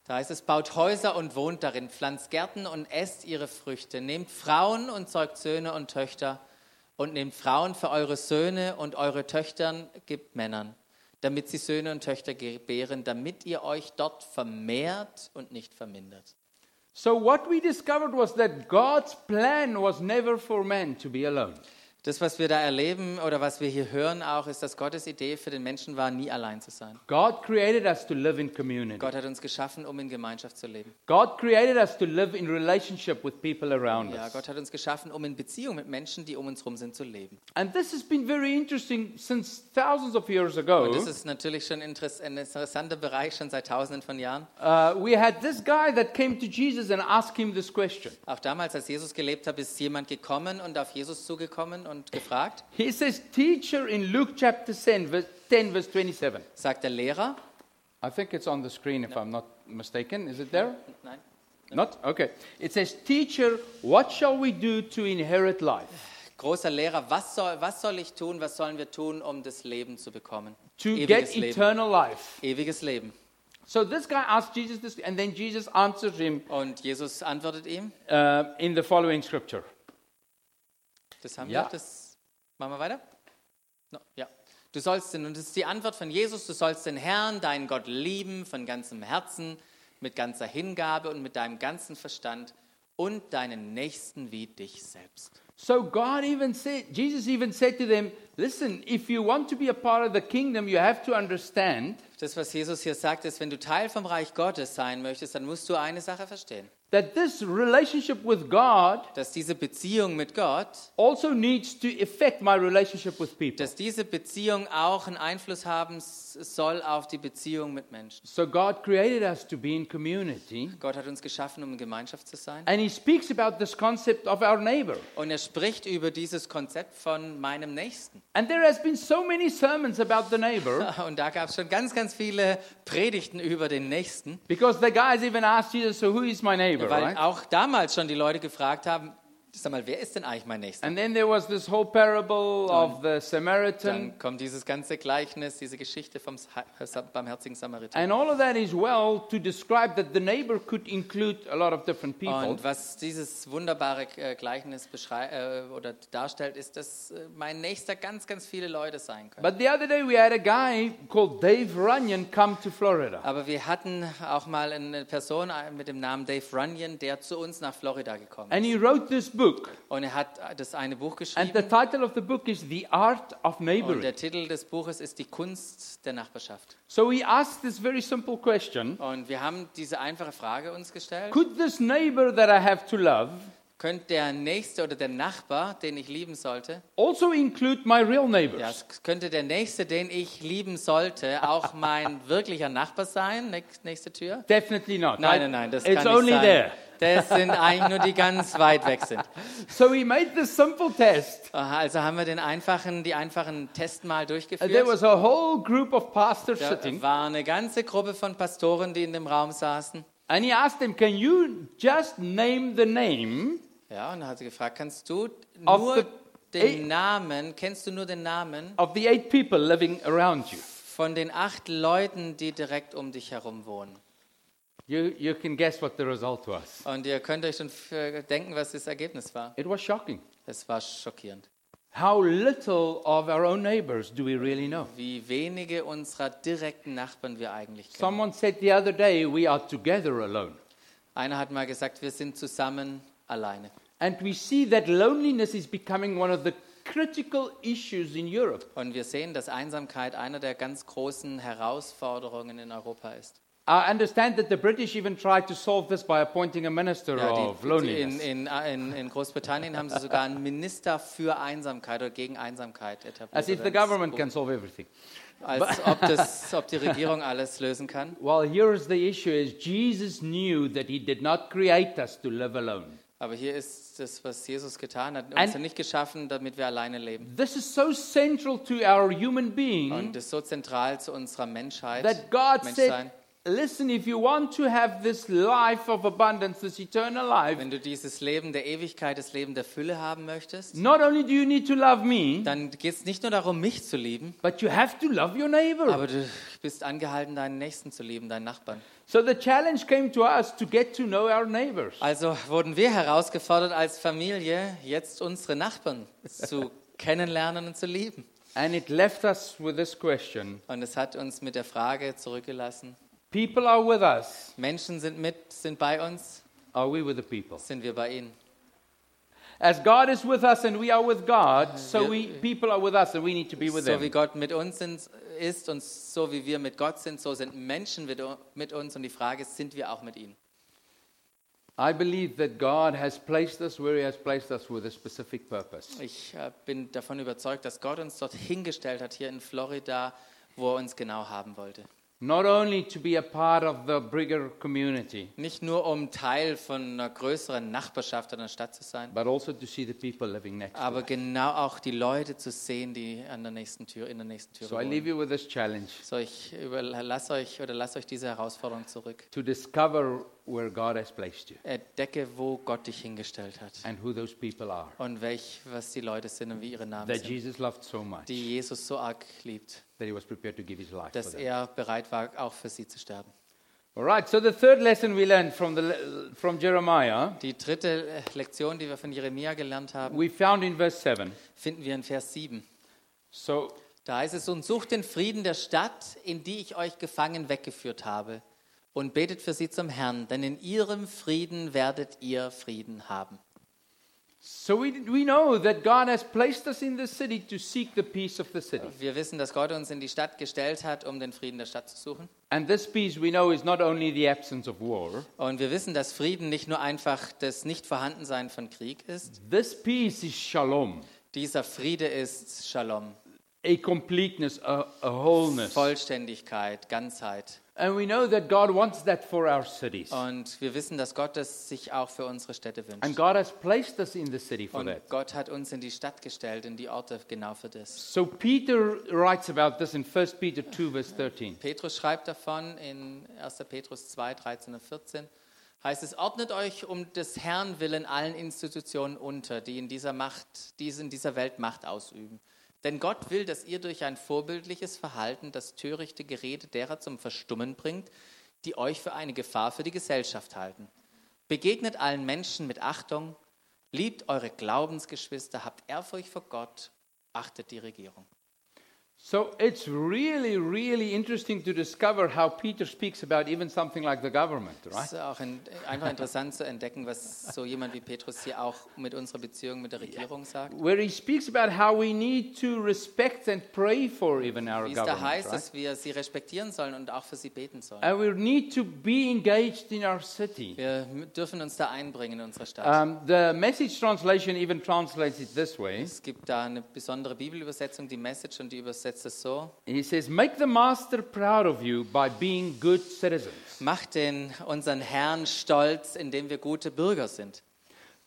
[SPEAKER 2] Da heißt es, baut Häuser und wohnt darin, pflanzt Gärten und esst ihre Früchte, nehmt Frauen und zeugt Söhne und Töchter und nehmt Frauen für eure Söhne und eure Töchtern gibt Männern, damit sie Söhne und Töchter gebären, damit ihr euch dort vermehrt und nicht vermindert.
[SPEAKER 1] So, what we discovered was that God's plan was never for man to be alone.
[SPEAKER 2] Das, was wir da erleben oder was wir hier hören auch, ist, dass Gottes Idee für den Menschen war, nie allein zu sein.
[SPEAKER 1] God created us to live in community.
[SPEAKER 2] Gott hat uns geschaffen, um in Gemeinschaft zu leben.
[SPEAKER 1] God created us to live in relationship with people around
[SPEAKER 2] Ja,
[SPEAKER 1] us.
[SPEAKER 2] Gott hat uns geschaffen, um in Beziehung mit Menschen, die um uns herum sind, zu leben.
[SPEAKER 1] And this has been very interesting since thousands of years
[SPEAKER 2] Und
[SPEAKER 1] ago.
[SPEAKER 2] das ist natürlich schon interess ein interessanter Bereich, schon seit tausenden von Jahren.
[SPEAKER 1] Uh, we had this guy that came to Jesus and asked him this question.
[SPEAKER 2] Auch damals, als Jesus gelebt hat, ist jemand gekommen und auf Jesus zugekommen und gefragt,
[SPEAKER 1] He says, Teacher, in Luke chapter 10, verse, 10, verse 27.
[SPEAKER 2] sagt der Lehrer,
[SPEAKER 1] I think it's on the screen if I'm not mistaken. Is it there?
[SPEAKER 2] nein,
[SPEAKER 1] Not? Okay. It says, Teacher, what shall we do to inherit life?
[SPEAKER 2] großer Lehrer, was soll, was soll ich tun, was sollen wir tun, um das Leben zu bekommen?
[SPEAKER 1] To
[SPEAKER 2] Ewiges
[SPEAKER 1] get
[SPEAKER 2] Leben.
[SPEAKER 1] eternal life.
[SPEAKER 2] Ewiges Leben.
[SPEAKER 1] So this guy asked Jesus this, and then Jesus answered him
[SPEAKER 2] Und Jesus antwortet ihm,
[SPEAKER 1] uh, in the following scripture.
[SPEAKER 2] das haben
[SPEAKER 1] Ja.
[SPEAKER 2] wir, das machen wir weiter? No, ja. Du sollst den, und das ist die Antwort von Jesus, du sollst den Herrn, deinen Gott lieben von ganzem Herzen, mit ganzer Hingabe und mit deinem ganzen Verstand und deinen Nächsten wie dich selbst.
[SPEAKER 1] So God even said, Jesus even said to them, listen, if you want to be a part of the kingdom, you have to understand
[SPEAKER 2] Das, was Jesus hier sagt, ist, wenn du Teil vom Reich Gottes sein möchtest, dann musst du eine Sache verstehen.
[SPEAKER 1] that this relationship with God
[SPEAKER 2] dass diese Beziehung mit Gott,
[SPEAKER 1] also needs to affect my relationship with people.
[SPEAKER 2] dass diese Beziehung auch einen Einfluss haben s- soll auf die Beziehung mit Menschen.
[SPEAKER 1] So God created us to be in community,
[SPEAKER 2] Gott hat uns geschaffen, um in Gemeinschaft zu sein.
[SPEAKER 1] and He speaks about this concept of our neighbor.
[SPEAKER 2] Und er spricht über dieses Konzept von meinem Nächsten. *laughs*
[SPEAKER 1] And there has been so many sermons about the neighbor
[SPEAKER 2] Und da gab es schon ganz, ganz viele Predigten über den Nächsten,
[SPEAKER 1] because the guys even asked Jesus, "So who is my neighbor?"
[SPEAKER 2] weil
[SPEAKER 1] Right?
[SPEAKER 2] auch damals schon die Leute gefragt haben, sag mal, wer ist denn eigentlich mein Nächster?
[SPEAKER 1] And then there was this whole parable of the Samaritan,
[SPEAKER 2] Dann kommt dieses ganze Gleichnis, diese Geschichte vom Sa- barmherzigen Samariter.
[SPEAKER 1] and all of that is well to describe that the neighbor could include a lot of different people.
[SPEAKER 2] Und was dieses wunderbare äh, Gleichnis beschrei- äh, oder darstellt, ist, dass äh, mein Nächster ganz, ganz viele Leute sein können.
[SPEAKER 1] But the other day we had a guy called Dave Runyon come to Florida.
[SPEAKER 2] Aber wir hatten auch mal eine Person äh, mit dem Namen Dave Runyon, der zu uns nach Florida gekommen ist.
[SPEAKER 1] And he wrote this book.
[SPEAKER 2] Und er hat das eine Buch
[SPEAKER 1] And the
[SPEAKER 2] geschrieben.
[SPEAKER 1] title of the book is The Art of
[SPEAKER 2] Und der
[SPEAKER 1] Neighboring.
[SPEAKER 2] Titel des Buches ist Die Kunst der Nachbarschaft.
[SPEAKER 1] So he asked this very simple question
[SPEAKER 2] Und wir haben diese einfache Frage uns gestellt.
[SPEAKER 1] Could this neighbor that I have to love
[SPEAKER 2] Könnte der Nächste oder der Nachbar, den ich lieben sollte,
[SPEAKER 1] also include my real
[SPEAKER 2] ja,
[SPEAKER 1] neighbors?
[SPEAKER 2] es könnte der Nächste, den ich lieben sollte,
[SPEAKER 1] *laughs*
[SPEAKER 2] auch mein wirklicher Nachbar sein? Näch- Nächste Tür?
[SPEAKER 1] Definitely not. right?
[SPEAKER 2] Nein, nein, nein, das
[SPEAKER 1] It's
[SPEAKER 2] kann
[SPEAKER 1] only
[SPEAKER 2] nicht sein.
[SPEAKER 1] there.
[SPEAKER 2] Das
[SPEAKER 1] *laughs*
[SPEAKER 2] sind eigentlich nur die ganz weit weg sind.
[SPEAKER 1] So he made this simple test.
[SPEAKER 2] Aha, Also haben wir den einfachen, die einfachen Tests mal
[SPEAKER 1] And Uh, there
[SPEAKER 2] durchgeführt.
[SPEAKER 1] was a whole group of pastors
[SPEAKER 2] Da
[SPEAKER 1] sitting.
[SPEAKER 2] war eine ganze Gruppe von Pastoren, die in dem Raum saßen.
[SPEAKER 1] And he asked them, Can you just name the name
[SPEAKER 2] Ja, und dann hat sie gefragt, kannst du
[SPEAKER 1] Of
[SPEAKER 2] nur
[SPEAKER 1] the eight-
[SPEAKER 2] den Namen, kennst du nur den Namen
[SPEAKER 1] of the eight people living around you?
[SPEAKER 2] von den acht Leuten, die direkt um dich herum wohnen?
[SPEAKER 1] You, you can guess what the result was.
[SPEAKER 2] Und ihr könnt euch schon für- denken, was das Ergebnis war.
[SPEAKER 1] It was shocking.
[SPEAKER 2] Es war schockierend.
[SPEAKER 1] How little of our own neighbors do we really know?
[SPEAKER 2] Wie wenige unserer direkten Nachbarn wir eigentlich kennen.
[SPEAKER 1] Someone said the other day, we are together alone.
[SPEAKER 2] Einer hat mal gesagt, wir sind zusammen alleine.
[SPEAKER 1] And we see that loneliness is becoming one of the critical issues in Europe.
[SPEAKER 2] Und wir sehen, dass Einsamkeit einer der ganz großen Herausforderungen in Europa ist.
[SPEAKER 1] I understand that the British even tried to solve this by appointing a minister
[SPEAKER 2] Ja,
[SPEAKER 1] of
[SPEAKER 2] die, die
[SPEAKER 1] loneliness.
[SPEAKER 2] in, in, in, in Großbritannien haben sie sogar einen Minister für Einsamkeit oder gegen Einsamkeit etabliert.
[SPEAKER 1] as if
[SPEAKER 2] oder
[SPEAKER 1] the
[SPEAKER 2] ins
[SPEAKER 1] government
[SPEAKER 2] Buch.
[SPEAKER 1] can solve everything.
[SPEAKER 2] Als ob, das, ob die Regierung alles lösen kann.
[SPEAKER 1] Well, here's the issue is Jesus knew that he did not create us to live alone.
[SPEAKER 2] Aber hier ist das, was Jesus getan hat.
[SPEAKER 1] And-
[SPEAKER 2] Uns nicht geschaffen, damit wir alleine leben.
[SPEAKER 1] This is so central to our human being
[SPEAKER 2] Und das ist so zentral zu unserer Menschheit.
[SPEAKER 1] Mhm. that God
[SPEAKER 2] Menschsein.
[SPEAKER 1] said, listen, if you want to have this life of abundance, this eternal life,
[SPEAKER 2] Wenn du dieses Leben der Ewigkeit, das Leben der Fülle haben möchtest,
[SPEAKER 1] not only do you need to love me,
[SPEAKER 2] dann geht es nicht nur darum, mich zu lieben,
[SPEAKER 1] but you have to love your neighbor.
[SPEAKER 2] aber du bist angehalten, deinen Nächsten zu lieben, deinen Nachbarn.
[SPEAKER 1] So the challenge came to us to get to know our neighbors.
[SPEAKER 2] Also wurden wir herausgefordert als Familie, jetzt unsere Nachbarn
[SPEAKER 1] *laughs*
[SPEAKER 2] zu kennenlernen und zu lieben.
[SPEAKER 1] And it left us with this question
[SPEAKER 2] Und es hat uns mit der Frage zurückgelassen,
[SPEAKER 1] People are with us.
[SPEAKER 2] Menschen sind mit, sind bei uns,
[SPEAKER 1] Are we with the people?
[SPEAKER 2] sind wir bei ihnen.
[SPEAKER 1] As God is with us and we are with God, so we people are with us and we need to be with
[SPEAKER 2] So wie
[SPEAKER 1] them.
[SPEAKER 2] Gott mit uns sind, ist und so wie wir mit Gott sind, so sind Menschen mit, u- mit uns. Und die Frage ist, sind wir auch mit ihnen?
[SPEAKER 1] I believe that God has placed us where He has placed us with a specific purpose.
[SPEAKER 2] Ich äh, bin davon überzeugt, dass Gott uns dort hingestellt hat, hier in Florida, wo er uns genau haben wollte.
[SPEAKER 1] Not only to be a part of the bigger community,
[SPEAKER 2] Nicht nur, um Teil von einer größeren Nachbarschaft oder einer Stadt zu sein,
[SPEAKER 1] but also to see the people living next to us.
[SPEAKER 2] aber genau auch die Leute zu sehen, die an der nächsten Tür, in der nächsten Tür
[SPEAKER 1] So I leave
[SPEAKER 2] wohnen.
[SPEAKER 1] you with this challenge
[SPEAKER 2] So ich überlasse euch oder lasst euch diese Herausforderung zurück.
[SPEAKER 1] to discover where God has placed you
[SPEAKER 2] Entdecke, wo Gott dich hingestellt hat.
[SPEAKER 1] and who those people are
[SPEAKER 2] und welch, was die Leute sind und wie ihre Namen
[SPEAKER 1] that
[SPEAKER 2] sind,
[SPEAKER 1] Jesus loved so much
[SPEAKER 2] die Jesus so arg liebt,
[SPEAKER 1] that He was prepared to give His life for
[SPEAKER 2] dass
[SPEAKER 1] them.
[SPEAKER 2] er bereit war, auch für sie zu sterben.
[SPEAKER 1] All right. So the third lesson we learned from the le- from Jeremiah
[SPEAKER 2] Die dritte äh, Lektion, die wir von Jeremia gelernt haben,
[SPEAKER 1] we found in verse seven.
[SPEAKER 2] finden wir in Vers 7.
[SPEAKER 1] So
[SPEAKER 2] Da heißt es, und sucht den Frieden der Stadt, in die ich euch gefangen weggeführt habe, und betet für sie zum Herrn, denn in ihrem Frieden werdet ihr Frieden haben.
[SPEAKER 1] So we, we know that God has placed us in the city to seek the peace of the city.
[SPEAKER 2] Wir wissen, dass Gott uns in die Stadt gestellt hat, um den Frieden der Stadt zu suchen.
[SPEAKER 1] And this peace we know is not only the absence of war,
[SPEAKER 2] Und wir wissen, dass Frieden nicht nur einfach das Nichtvorhandensein von Krieg ist.
[SPEAKER 1] this peace is shalom,
[SPEAKER 2] Dieser Friede ist Shalom,
[SPEAKER 1] a completeness, a, a wholeness.
[SPEAKER 2] Vollständigkeit, Ganzheit.
[SPEAKER 1] And we know that God wants that for our cities.
[SPEAKER 2] Und wir wissen, dass Gott es sich auch für unsere Städte wünscht.
[SPEAKER 1] And God has placed us in the city for that.
[SPEAKER 2] Und Gott hat uns in die Stadt gestellt, in die Orte genau für das.
[SPEAKER 1] So Peter writes about this in 1 Peter 2, verse 13.
[SPEAKER 2] Petrus schreibt davon in 1. Petrus 2, 13 und 14. Heißt es, ordnet euch um des Herrn willen allen Institutionen unter, die in dieser Macht, die in dieser Welt Macht ausüben. Denn Gott will, dass ihr durch ein vorbildliches Verhalten das törichte Gerede derer zum Verstummen bringt, die euch für eine Gefahr für die Gesellschaft halten. Begegnet allen Menschen mit Achtung, liebt eure Glaubensgeschwister, habt Ehrfurcht vor Gott, achtet die Regierung.
[SPEAKER 1] So it's really, really interesting to discover how Peter speaks about even something like the government, right?
[SPEAKER 2] Es ist auch in, einfach interessant zu entdecken, was so jemand wie Petrus hier auch mit unserer Beziehung mit der Regierung sagt.
[SPEAKER 1] Where he speaks about how we need to respect and pray for even our
[SPEAKER 2] Wie es da
[SPEAKER 1] government.
[SPEAKER 2] heißt,
[SPEAKER 1] right? Ähm,
[SPEAKER 2] dass wir sie respektieren sollen und auch für sie beten sollen.
[SPEAKER 1] And we need to be engaged in our city.
[SPEAKER 2] Wir m- dürfen uns da einbringen in unserer Stadt.
[SPEAKER 1] Um, the message translation even translates it this way.
[SPEAKER 2] Es gibt da eine besondere Bibelübersetzung, die Message, und die übersetzt es so.
[SPEAKER 1] He says, Make the master proud of you by being good citizens.
[SPEAKER 2] Macht den unseren Herrn stolz, indem wir gute Bürger sind.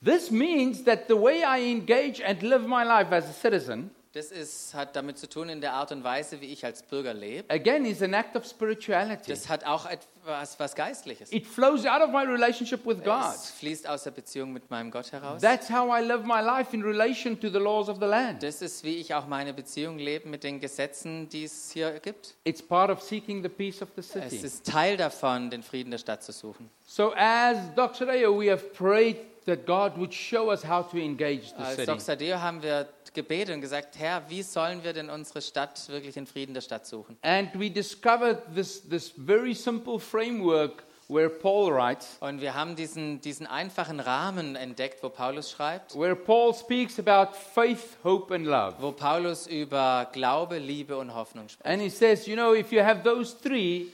[SPEAKER 1] This means that the way I engage and live my life as a citizen,
[SPEAKER 2] Das ist, hat damit zu tun in der Art und Weise, wie ich als Bürger lebe.
[SPEAKER 1] again, is an act of spirituality.
[SPEAKER 2] Das hat auch etwas was Geistliches.
[SPEAKER 1] It flows out of my relationship with God.
[SPEAKER 2] Es fließt aus der Beziehung mit meinem Gott heraus.
[SPEAKER 1] That's how I live my life in relation to the laws of the land.
[SPEAKER 2] Das ist, wie ich auch meine Beziehung lebe mit den Gesetzen, die es hier gibt.
[SPEAKER 1] It's part of seeking the peace of the
[SPEAKER 2] Es
[SPEAKER 1] city.
[SPEAKER 2] ist Teil davon, den Frieden der Stadt zu suchen.
[SPEAKER 1] So, as Dr. Ayo, we have prayed that God would show us how to engage the
[SPEAKER 2] Als
[SPEAKER 1] city.
[SPEAKER 2] Doxadeo haben wir gebetet und gesagt, Herr, wie sollen wir denn unsere Stadt wirklich den Frieden der Stadt suchen?
[SPEAKER 1] And we discovered this, this very simple framework where Paul writes,
[SPEAKER 2] Und wir haben diesen, diesen einfachen Rahmen entdeckt, wo Paulus schreibt,
[SPEAKER 1] where Paul speaks about faith, hope, and love.
[SPEAKER 2] wo Paulus über Glaube, Liebe und Hoffnung spricht.
[SPEAKER 1] And he says, you know, if you have those three,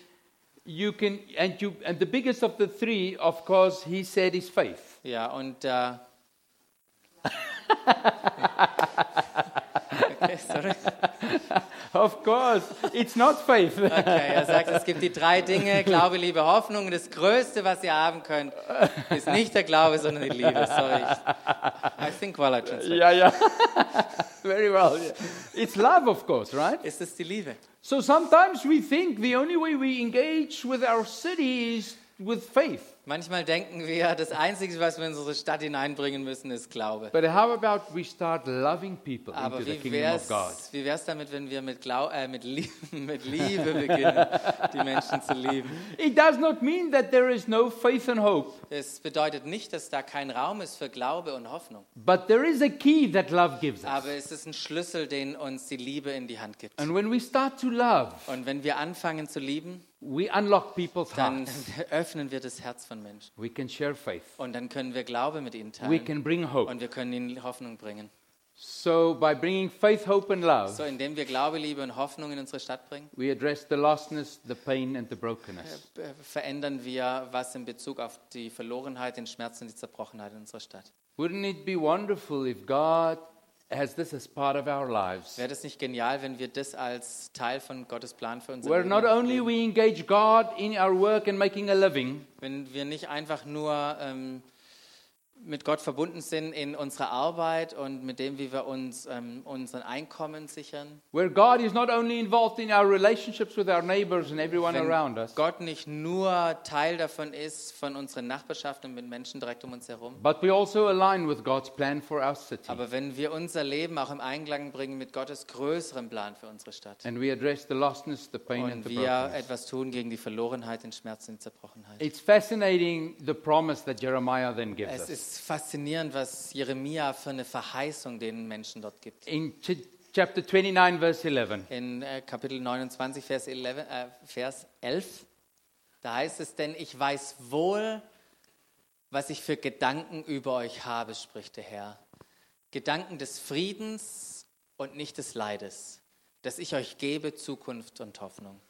[SPEAKER 1] you can, and you, and the biggest of the three, of course, he said, is faith. *laughs*
[SPEAKER 2] Ja, und... Äh, okay, sorry.
[SPEAKER 1] Of course, it's not faith. *laughs*
[SPEAKER 2] Okay, er sagt, es gibt die drei Dinge, Glaube, Liebe, Hoffnung. Und das Größte, was ihr haben könnt, ist nicht der Glaube, sondern die Liebe. Sorry. ich- I think while I translate.
[SPEAKER 1] yeah, yeah. *laughs* Very well. yeah. It's love, of course, right?
[SPEAKER 2] Es ist die Liebe.
[SPEAKER 1] So sometimes we think the only way we engage with our city is with faith.
[SPEAKER 2] Manchmal denken wir, das Einzige, was wir in unsere Stadt hineinbringen müssen, ist Glaube.
[SPEAKER 1] But how about we start loving people
[SPEAKER 2] Aber
[SPEAKER 1] into the
[SPEAKER 2] wie
[SPEAKER 1] kingdom of
[SPEAKER 2] wär's,
[SPEAKER 1] God?
[SPEAKER 2] wie wär's damit, wenn wir mit, Glau äh, mit, Liebe, *laughs* mit Liebe beginnen, die Menschen zu lieben?
[SPEAKER 1] It does not mean that there is no faith and hope,
[SPEAKER 2] Es bedeutet nicht, dass da kein Raum ist für Glaube und Hoffnung.
[SPEAKER 1] but there is a key that love gives us.
[SPEAKER 2] Aber es ist ein Schlüssel, den uns die Liebe in die Hand gibt.
[SPEAKER 1] And when we start to love,
[SPEAKER 2] Und wenn wir anfangen zu lieben,
[SPEAKER 1] we unlock people's
[SPEAKER 2] dann *laughs*
[SPEAKER 1] hearts.
[SPEAKER 2] öffnen wir das Herz von Menschen.
[SPEAKER 1] We can share faith.
[SPEAKER 2] Und dann können wir Glaube mit ihnen
[SPEAKER 1] We
[SPEAKER 2] teilen.
[SPEAKER 1] can bring hope.
[SPEAKER 2] Und wir können ihnen Hoffnung bringen.
[SPEAKER 1] So by bringing faith, hope and love,
[SPEAKER 2] So, indem wir Glaube, Liebe und Hoffnung in unsere Stadt bringen,
[SPEAKER 1] we address the lostness, the pain and the brokenness.
[SPEAKER 2] äh, verändern wir was in Bezug auf die Verlorenheit, den Schmerz und die Zerbrochenheit in unserer Stadt.
[SPEAKER 1] Wouldn't it be wonderful if God has this as part of our lives?
[SPEAKER 2] Wäre das nicht genial, wenn wir das als Teil von Gottes Plan für unser
[SPEAKER 1] Where not
[SPEAKER 2] Leben,
[SPEAKER 1] only we engage God in our work and making a living,
[SPEAKER 2] wenn wir nicht einfach nur ähm, mit Gott verbunden sind in unserer Arbeit und mit dem, wie wir uns ähm, unseren Einkommen sichern,
[SPEAKER 1] where God is not only involved in our relationships with our neighbors and everyone
[SPEAKER 2] Wenn
[SPEAKER 1] around us,
[SPEAKER 2] Gott nicht nur Teil davon ist, von unseren Nachbarschaften und mit Menschen direkt um uns herum,
[SPEAKER 1] but we also align with God's plan for our city
[SPEAKER 2] aber wenn wir unser Leben auch im Einklang bringen mit Gottes größerem Plan für unsere Stadt
[SPEAKER 1] and we address the lostness, the pain, and
[SPEAKER 2] und
[SPEAKER 1] the
[SPEAKER 2] wir
[SPEAKER 1] brokenness.
[SPEAKER 2] etwas tun gegen die Verlorenheit, den Schmerz und die Zerbrochenheit.
[SPEAKER 1] It's fascinating the promise that Jeremiah then gives
[SPEAKER 2] Es
[SPEAKER 1] us.
[SPEAKER 2] ist faszinierend, was Jeremia für eine Verheißung den Menschen dort gibt.
[SPEAKER 1] In ch- chapter 29, verse 11,
[SPEAKER 2] In äh, Kapitel 29, Vers 11, äh, Vers 11, da heißt es, denn ich weiß wohl, was ich für Gedanken über euch habe, spricht der Herr. Gedanken des Friedens und nicht des Leides, dass ich euch gebe Zukunft und Hoffnung.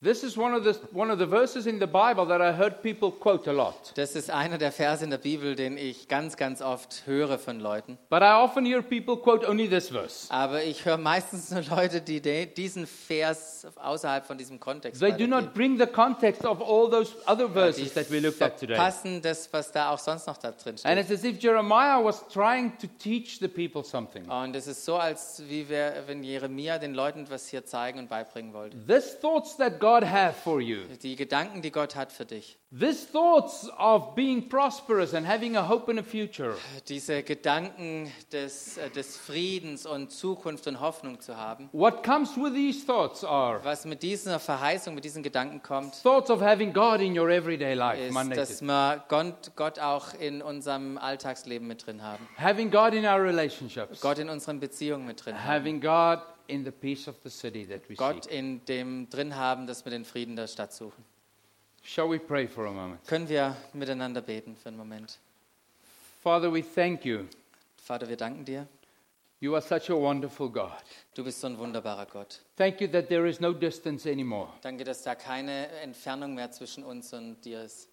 [SPEAKER 1] This is one of, the, one of the verses in the Bible that I heard people quote a lot.
[SPEAKER 2] Das ist einer der Verse in der Bibel, den ich ganz, ganz oft höre von Leuten.
[SPEAKER 1] But I often hear people quote only this verse.
[SPEAKER 2] Aber ich höre meistens nur Leute, die de- diesen Vers außerhalb von diesem Kontext
[SPEAKER 1] They do not bring the context of all those other
[SPEAKER 2] Die
[SPEAKER 1] verses that we looked at today.
[SPEAKER 2] verpassen das, was da auch sonst noch da drin
[SPEAKER 1] And
[SPEAKER 2] steht.
[SPEAKER 1] it's as if Jeremiah was trying to teach the people something.
[SPEAKER 2] Und es ist so, als wie wir, wenn Jeremia den Leuten was hier zeigen und beibringen wollte.
[SPEAKER 1] These thoughts that God have for you,
[SPEAKER 2] Die Gedanken, die Gott hat für dich.
[SPEAKER 1] these thoughts of being prosperous and having a hope and a future,
[SPEAKER 2] Diese Gedanken des, äh, des Friedens und Zukunft und Hoffnung zu haben.
[SPEAKER 1] what comes with these thoughts are
[SPEAKER 2] Was mit dieser Verheißung, mit diesen Gedanken kommt,
[SPEAKER 1] thoughts of having God in your everyday life,
[SPEAKER 2] ist,
[SPEAKER 1] Monday to
[SPEAKER 2] dass wir Gott, Gott auch in unserem Alltagsleben mit drin haben.
[SPEAKER 1] having God in our relationships,
[SPEAKER 2] Gott in unseren Beziehungen mit drin haben.
[SPEAKER 1] having God in the peace of the city that we
[SPEAKER 2] Gott
[SPEAKER 1] seek.
[SPEAKER 2] in dem drin haben, dass wir den Frieden der Stadt suchen.
[SPEAKER 1] Shall we pray for a moment?
[SPEAKER 2] Können wir miteinander beten für einen Moment?
[SPEAKER 1] Father, we thank you.
[SPEAKER 2] Vater, wir danken dir.
[SPEAKER 1] You are such a wonderful God.
[SPEAKER 2] Du bist so ein wunderbarer Gott.
[SPEAKER 1] Thank you that there is no distance anymore.
[SPEAKER 2] Danke, dass da keine Entfernung mehr zwischen uns und dir ist.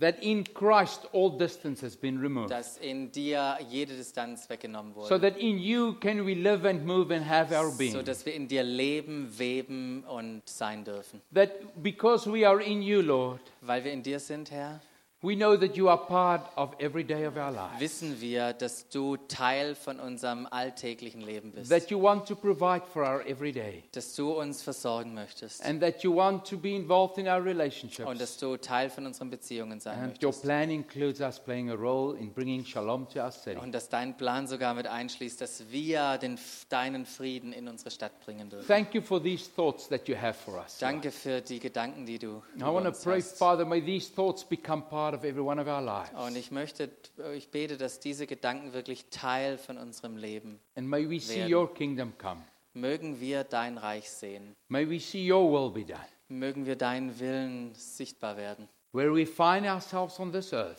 [SPEAKER 1] That in Christ all distance has been removed.
[SPEAKER 2] Dass in dir jede Distanz weggenommen wurde.
[SPEAKER 1] So that in you can we live and move and have our
[SPEAKER 2] so
[SPEAKER 1] being.
[SPEAKER 2] dass wir in dir leben, weben und sein dürfen.
[SPEAKER 1] That because we are in you, Lord,
[SPEAKER 2] Weil wir in dir sind, Herr,
[SPEAKER 1] we know that you are part of every day of our life.
[SPEAKER 2] wissen wir, dass du Teil von unserem alltäglichen Leben bist.
[SPEAKER 1] That you want to provide for our everyday.
[SPEAKER 2] Dass du uns versorgen möchtest
[SPEAKER 1] And that you want to be involved in our
[SPEAKER 2] und
[SPEAKER 1] relationships.
[SPEAKER 2] dass du Teil von unseren Beziehungen sein
[SPEAKER 1] And your
[SPEAKER 2] möchtest.
[SPEAKER 1] plan includes us playing a role in bringing shalom to our city.
[SPEAKER 2] Und dass dein Plan sogar mit einschließt, dass wir den, deinen Frieden in unsere Stadt bringen dürfen.
[SPEAKER 1] Thank you for these thoughts that you have for us. Lord.
[SPEAKER 2] Danke für die Gedanken, die du
[SPEAKER 1] I
[SPEAKER 2] über
[SPEAKER 1] want to
[SPEAKER 2] uns
[SPEAKER 1] pray,
[SPEAKER 2] hast.
[SPEAKER 1] Father, may these thoughts become part of every one of our lives.
[SPEAKER 2] Und ich möchte, äh, ich bete, dass diese Gedanken wirklich Teil von unserem Leben.
[SPEAKER 1] And may we see
[SPEAKER 2] werden.
[SPEAKER 1] your kingdom come.
[SPEAKER 2] Mögen wir dein Reich sehen.
[SPEAKER 1] May we see your will be done.
[SPEAKER 2] Mögen wir deinen Willen sichtbar werden.
[SPEAKER 1] Where we find ourselves on this earth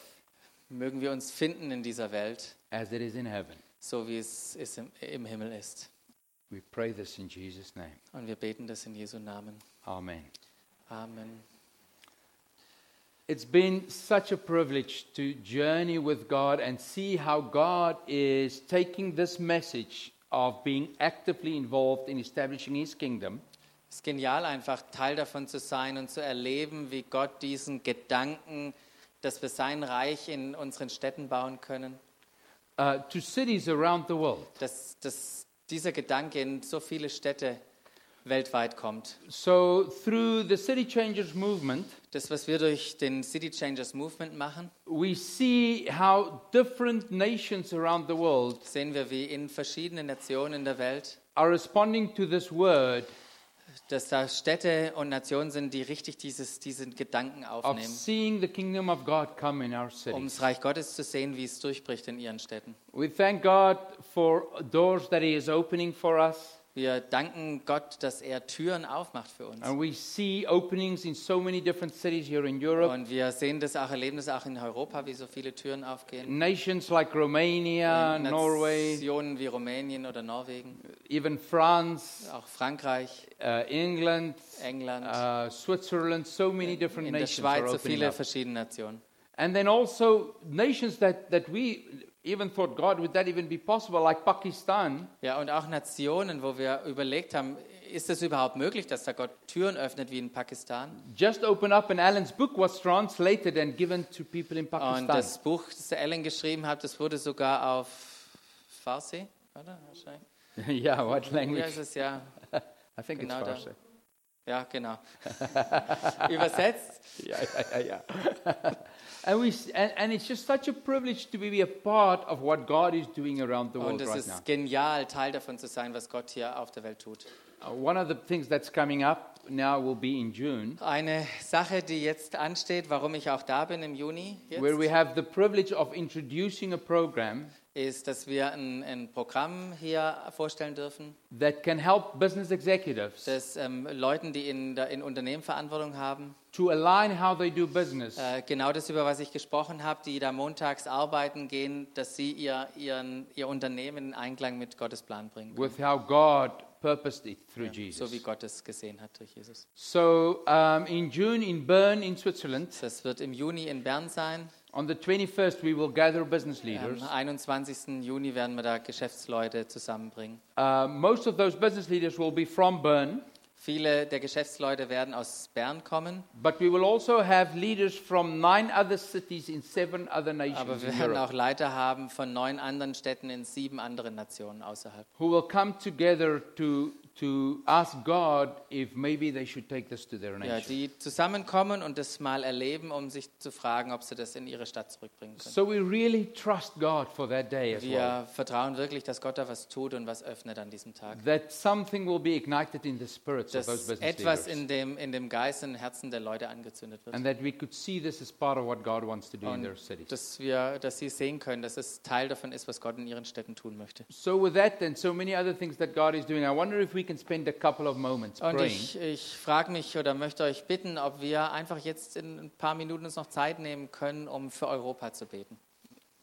[SPEAKER 2] Mögen wir uns finden in dieser Welt,
[SPEAKER 1] as it is in heaven.
[SPEAKER 2] so wie es ist im, im Himmel ist.
[SPEAKER 1] We pray this in Jesus' name.
[SPEAKER 2] Und wir beten das in Jesu Namen.
[SPEAKER 1] Amen.
[SPEAKER 2] Amen.
[SPEAKER 1] It's been such a privilege to journey with God and see how God is taking this message of being actively involved in establishing His kingdom
[SPEAKER 2] Es ist genial, einfach Teil davon zu sein und zu erleben, wie Gott diesen Gedanken, dass wir sein Reich in unseren Städten bauen können,
[SPEAKER 1] uh, to cities around the world.
[SPEAKER 2] dass, dass dieser Gedanke in so viele Städte weltweit kommt.
[SPEAKER 1] So, through the City Changers movement,
[SPEAKER 2] Das, was wir durch den City Changers Movement machen,
[SPEAKER 1] we see how different nations around the world
[SPEAKER 2] sehen wir, wie in verschiedenen Nationen in der Welt
[SPEAKER 1] are responding to this word
[SPEAKER 2] dass da Städte und Nationen sind, die richtig dieses, diesen Gedanken
[SPEAKER 1] of
[SPEAKER 2] aufnehmen,
[SPEAKER 1] seeing the kingdom of God come in our
[SPEAKER 2] um
[SPEAKER 1] cities.
[SPEAKER 2] das Reich Gottes zu sehen, wie es durchbricht in ihren Städten.
[SPEAKER 1] We thank God for doors that He is opening for us,
[SPEAKER 2] Wir danken Gott, dass er Türen aufmacht für uns.
[SPEAKER 1] and we see openings in so many different cities here in Europe.
[SPEAKER 2] Und wir sehen das auch, erleben das auch in Europa, wie so viele Türen aufgehen.
[SPEAKER 1] Nations like Romania,
[SPEAKER 2] In
[SPEAKER 1] Norway,
[SPEAKER 2] Nationen wie Rumänien oder Norwegen,
[SPEAKER 1] even France,
[SPEAKER 2] auch Frankreich,
[SPEAKER 1] uh, England,
[SPEAKER 2] England,
[SPEAKER 1] uh, Switzerland, so many different
[SPEAKER 2] in der
[SPEAKER 1] nations are
[SPEAKER 2] Schweiz, so
[SPEAKER 1] opening
[SPEAKER 2] viele
[SPEAKER 1] up.
[SPEAKER 2] verschiedene Nationen.
[SPEAKER 1] And then also nations that, that we even thought, God, would that even be possible? Like Pakistan,
[SPEAKER 2] Ja, und auch Nationen, wo wir überlegt haben, ist es überhaupt möglich, dass da Gott Türen öffnet wie in Pakistan?
[SPEAKER 1] just opened up, and Alan's book was translated and given to people in
[SPEAKER 2] Und
[SPEAKER 1] Pakistan.
[SPEAKER 2] das Buch, das der Ellen geschrieben hat, das wurde sogar auf Farsi, oder? Wahrscheinlich.
[SPEAKER 1] *laughs* yeah, what
[SPEAKER 2] Wie
[SPEAKER 1] language?
[SPEAKER 2] heißt es ja?
[SPEAKER 1] I think it's
[SPEAKER 2] Genau da.
[SPEAKER 1] Farsi. *laughs*
[SPEAKER 2] Ja, genau. *laughs* Übersetzt.
[SPEAKER 1] Yeah, yeah, yeah. yeah. *laughs* and, we, s- and, and it's just such a privilege to be a part of what God is doing around the
[SPEAKER 2] Und
[SPEAKER 1] world
[SPEAKER 2] es
[SPEAKER 1] right now.
[SPEAKER 2] ist genial, Teil davon zu sein, was Gott hier auf der Welt tut.
[SPEAKER 1] Uh, one of the things that's coming up now will be in June,
[SPEAKER 2] Eine Sache, die jetzt ansteht, warum ich auch da bin im Juni,
[SPEAKER 1] where we
[SPEAKER 2] jetzt,
[SPEAKER 1] have the privilege of introducing a program
[SPEAKER 2] ist, dass wir ein, ein Programm hier vorstellen dürfen,
[SPEAKER 1] that can help business executives
[SPEAKER 2] das ähm, Leuten, die in, der, in Unternehmen Verantwortung haben,
[SPEAKER 1] to align how they do business
[SPEAKER 2] äh, genau das, über was ich gesprochen habe, die da montags arbeiten gehen, dass sie ihr, ihren, ihr Unternehmen in Einklang mit Gottes Plan bringen,
[SPEAKER 1] with how God purposed it through Jesus.
[SPEAKER 2] so wie Gott es gesehen hat durch Jesus.
[SPEAKER 1] So um, in June in Bern in Switzerland,
[SPEAKER 2] Das wird im Juni in Bern sein.
[SPEAKER 1] on the 21st we will gather business leaders.
[SPEAKER 2] Am 21. Ähm, Juni werden wir da Geschäftsleute zusammenbringen.
[SPEAKER 1] Uh, most of those business leaders will be from Bern,
[SPEAKER 2] Viele der Geschäftsleute werden aus Bern kommen,
[SPEAKER 1] but we will also have leaders from nine other cities in seven other
[SPEAKER 2] aber
[SPEAKER 1] nations
[SPEAKER 2] wir
[SPEAKER 1] in
[SPEAKER 2] werden
[SPEAKER 1] Europe
[SPEAKER 2] auch Leiter haben von neun anderen Städten in sieben anderen Nationen außerhalb.
[SPEAKER 1] who will come together to, to ask God if maybe they should take this to their
[SPEAKER 2] Ja,
[SPEAKER 1] nation.
[SPEAKER 2] die zusammenkommen und das mal erleben, um sich zu fragen, ob sie das in ihre Stadt zurückbringen können.
[SPEAKER 1] So we really trust God for that day as well.
[SPEAKER 2] Wir vertrauen wirklich, dass Gott da was tut und was öffnet an diesem Tag.
[SPEAKER 1] That something will be ignited in the spirits of
[SPEAKER 2] Dass
[SPEAKER 1] those business
[SPEAKER 2] etwas
[SPEAKER 1] leaders.
[SPEAKER 2] in dem, in dem Geist und Herzen der Leute angezündet wird.
[SPEAKER 1] And that we could see this as part of what God wants to do in
[SPEAKER 2] Und
[SPEAKER 1] their cities.
[SPEAKER 2] dass, wir, dass sie sehen können, dass es Teil davon ist, was Gott in ihren Städten tun möchte.
[SPEAKER 1] So with that and so many other things that God is doing, I wonder if we can spend a couple of moments
[SPEAKER 2] Und
[SPEAKER 1] praying.
[SPEAKER 2] ich, ich frage mich oder möchte euch bitten, ob wir einfach jetzt in ein paar Minuten uns noch Zeit nehmen können, um für Europa zu beten.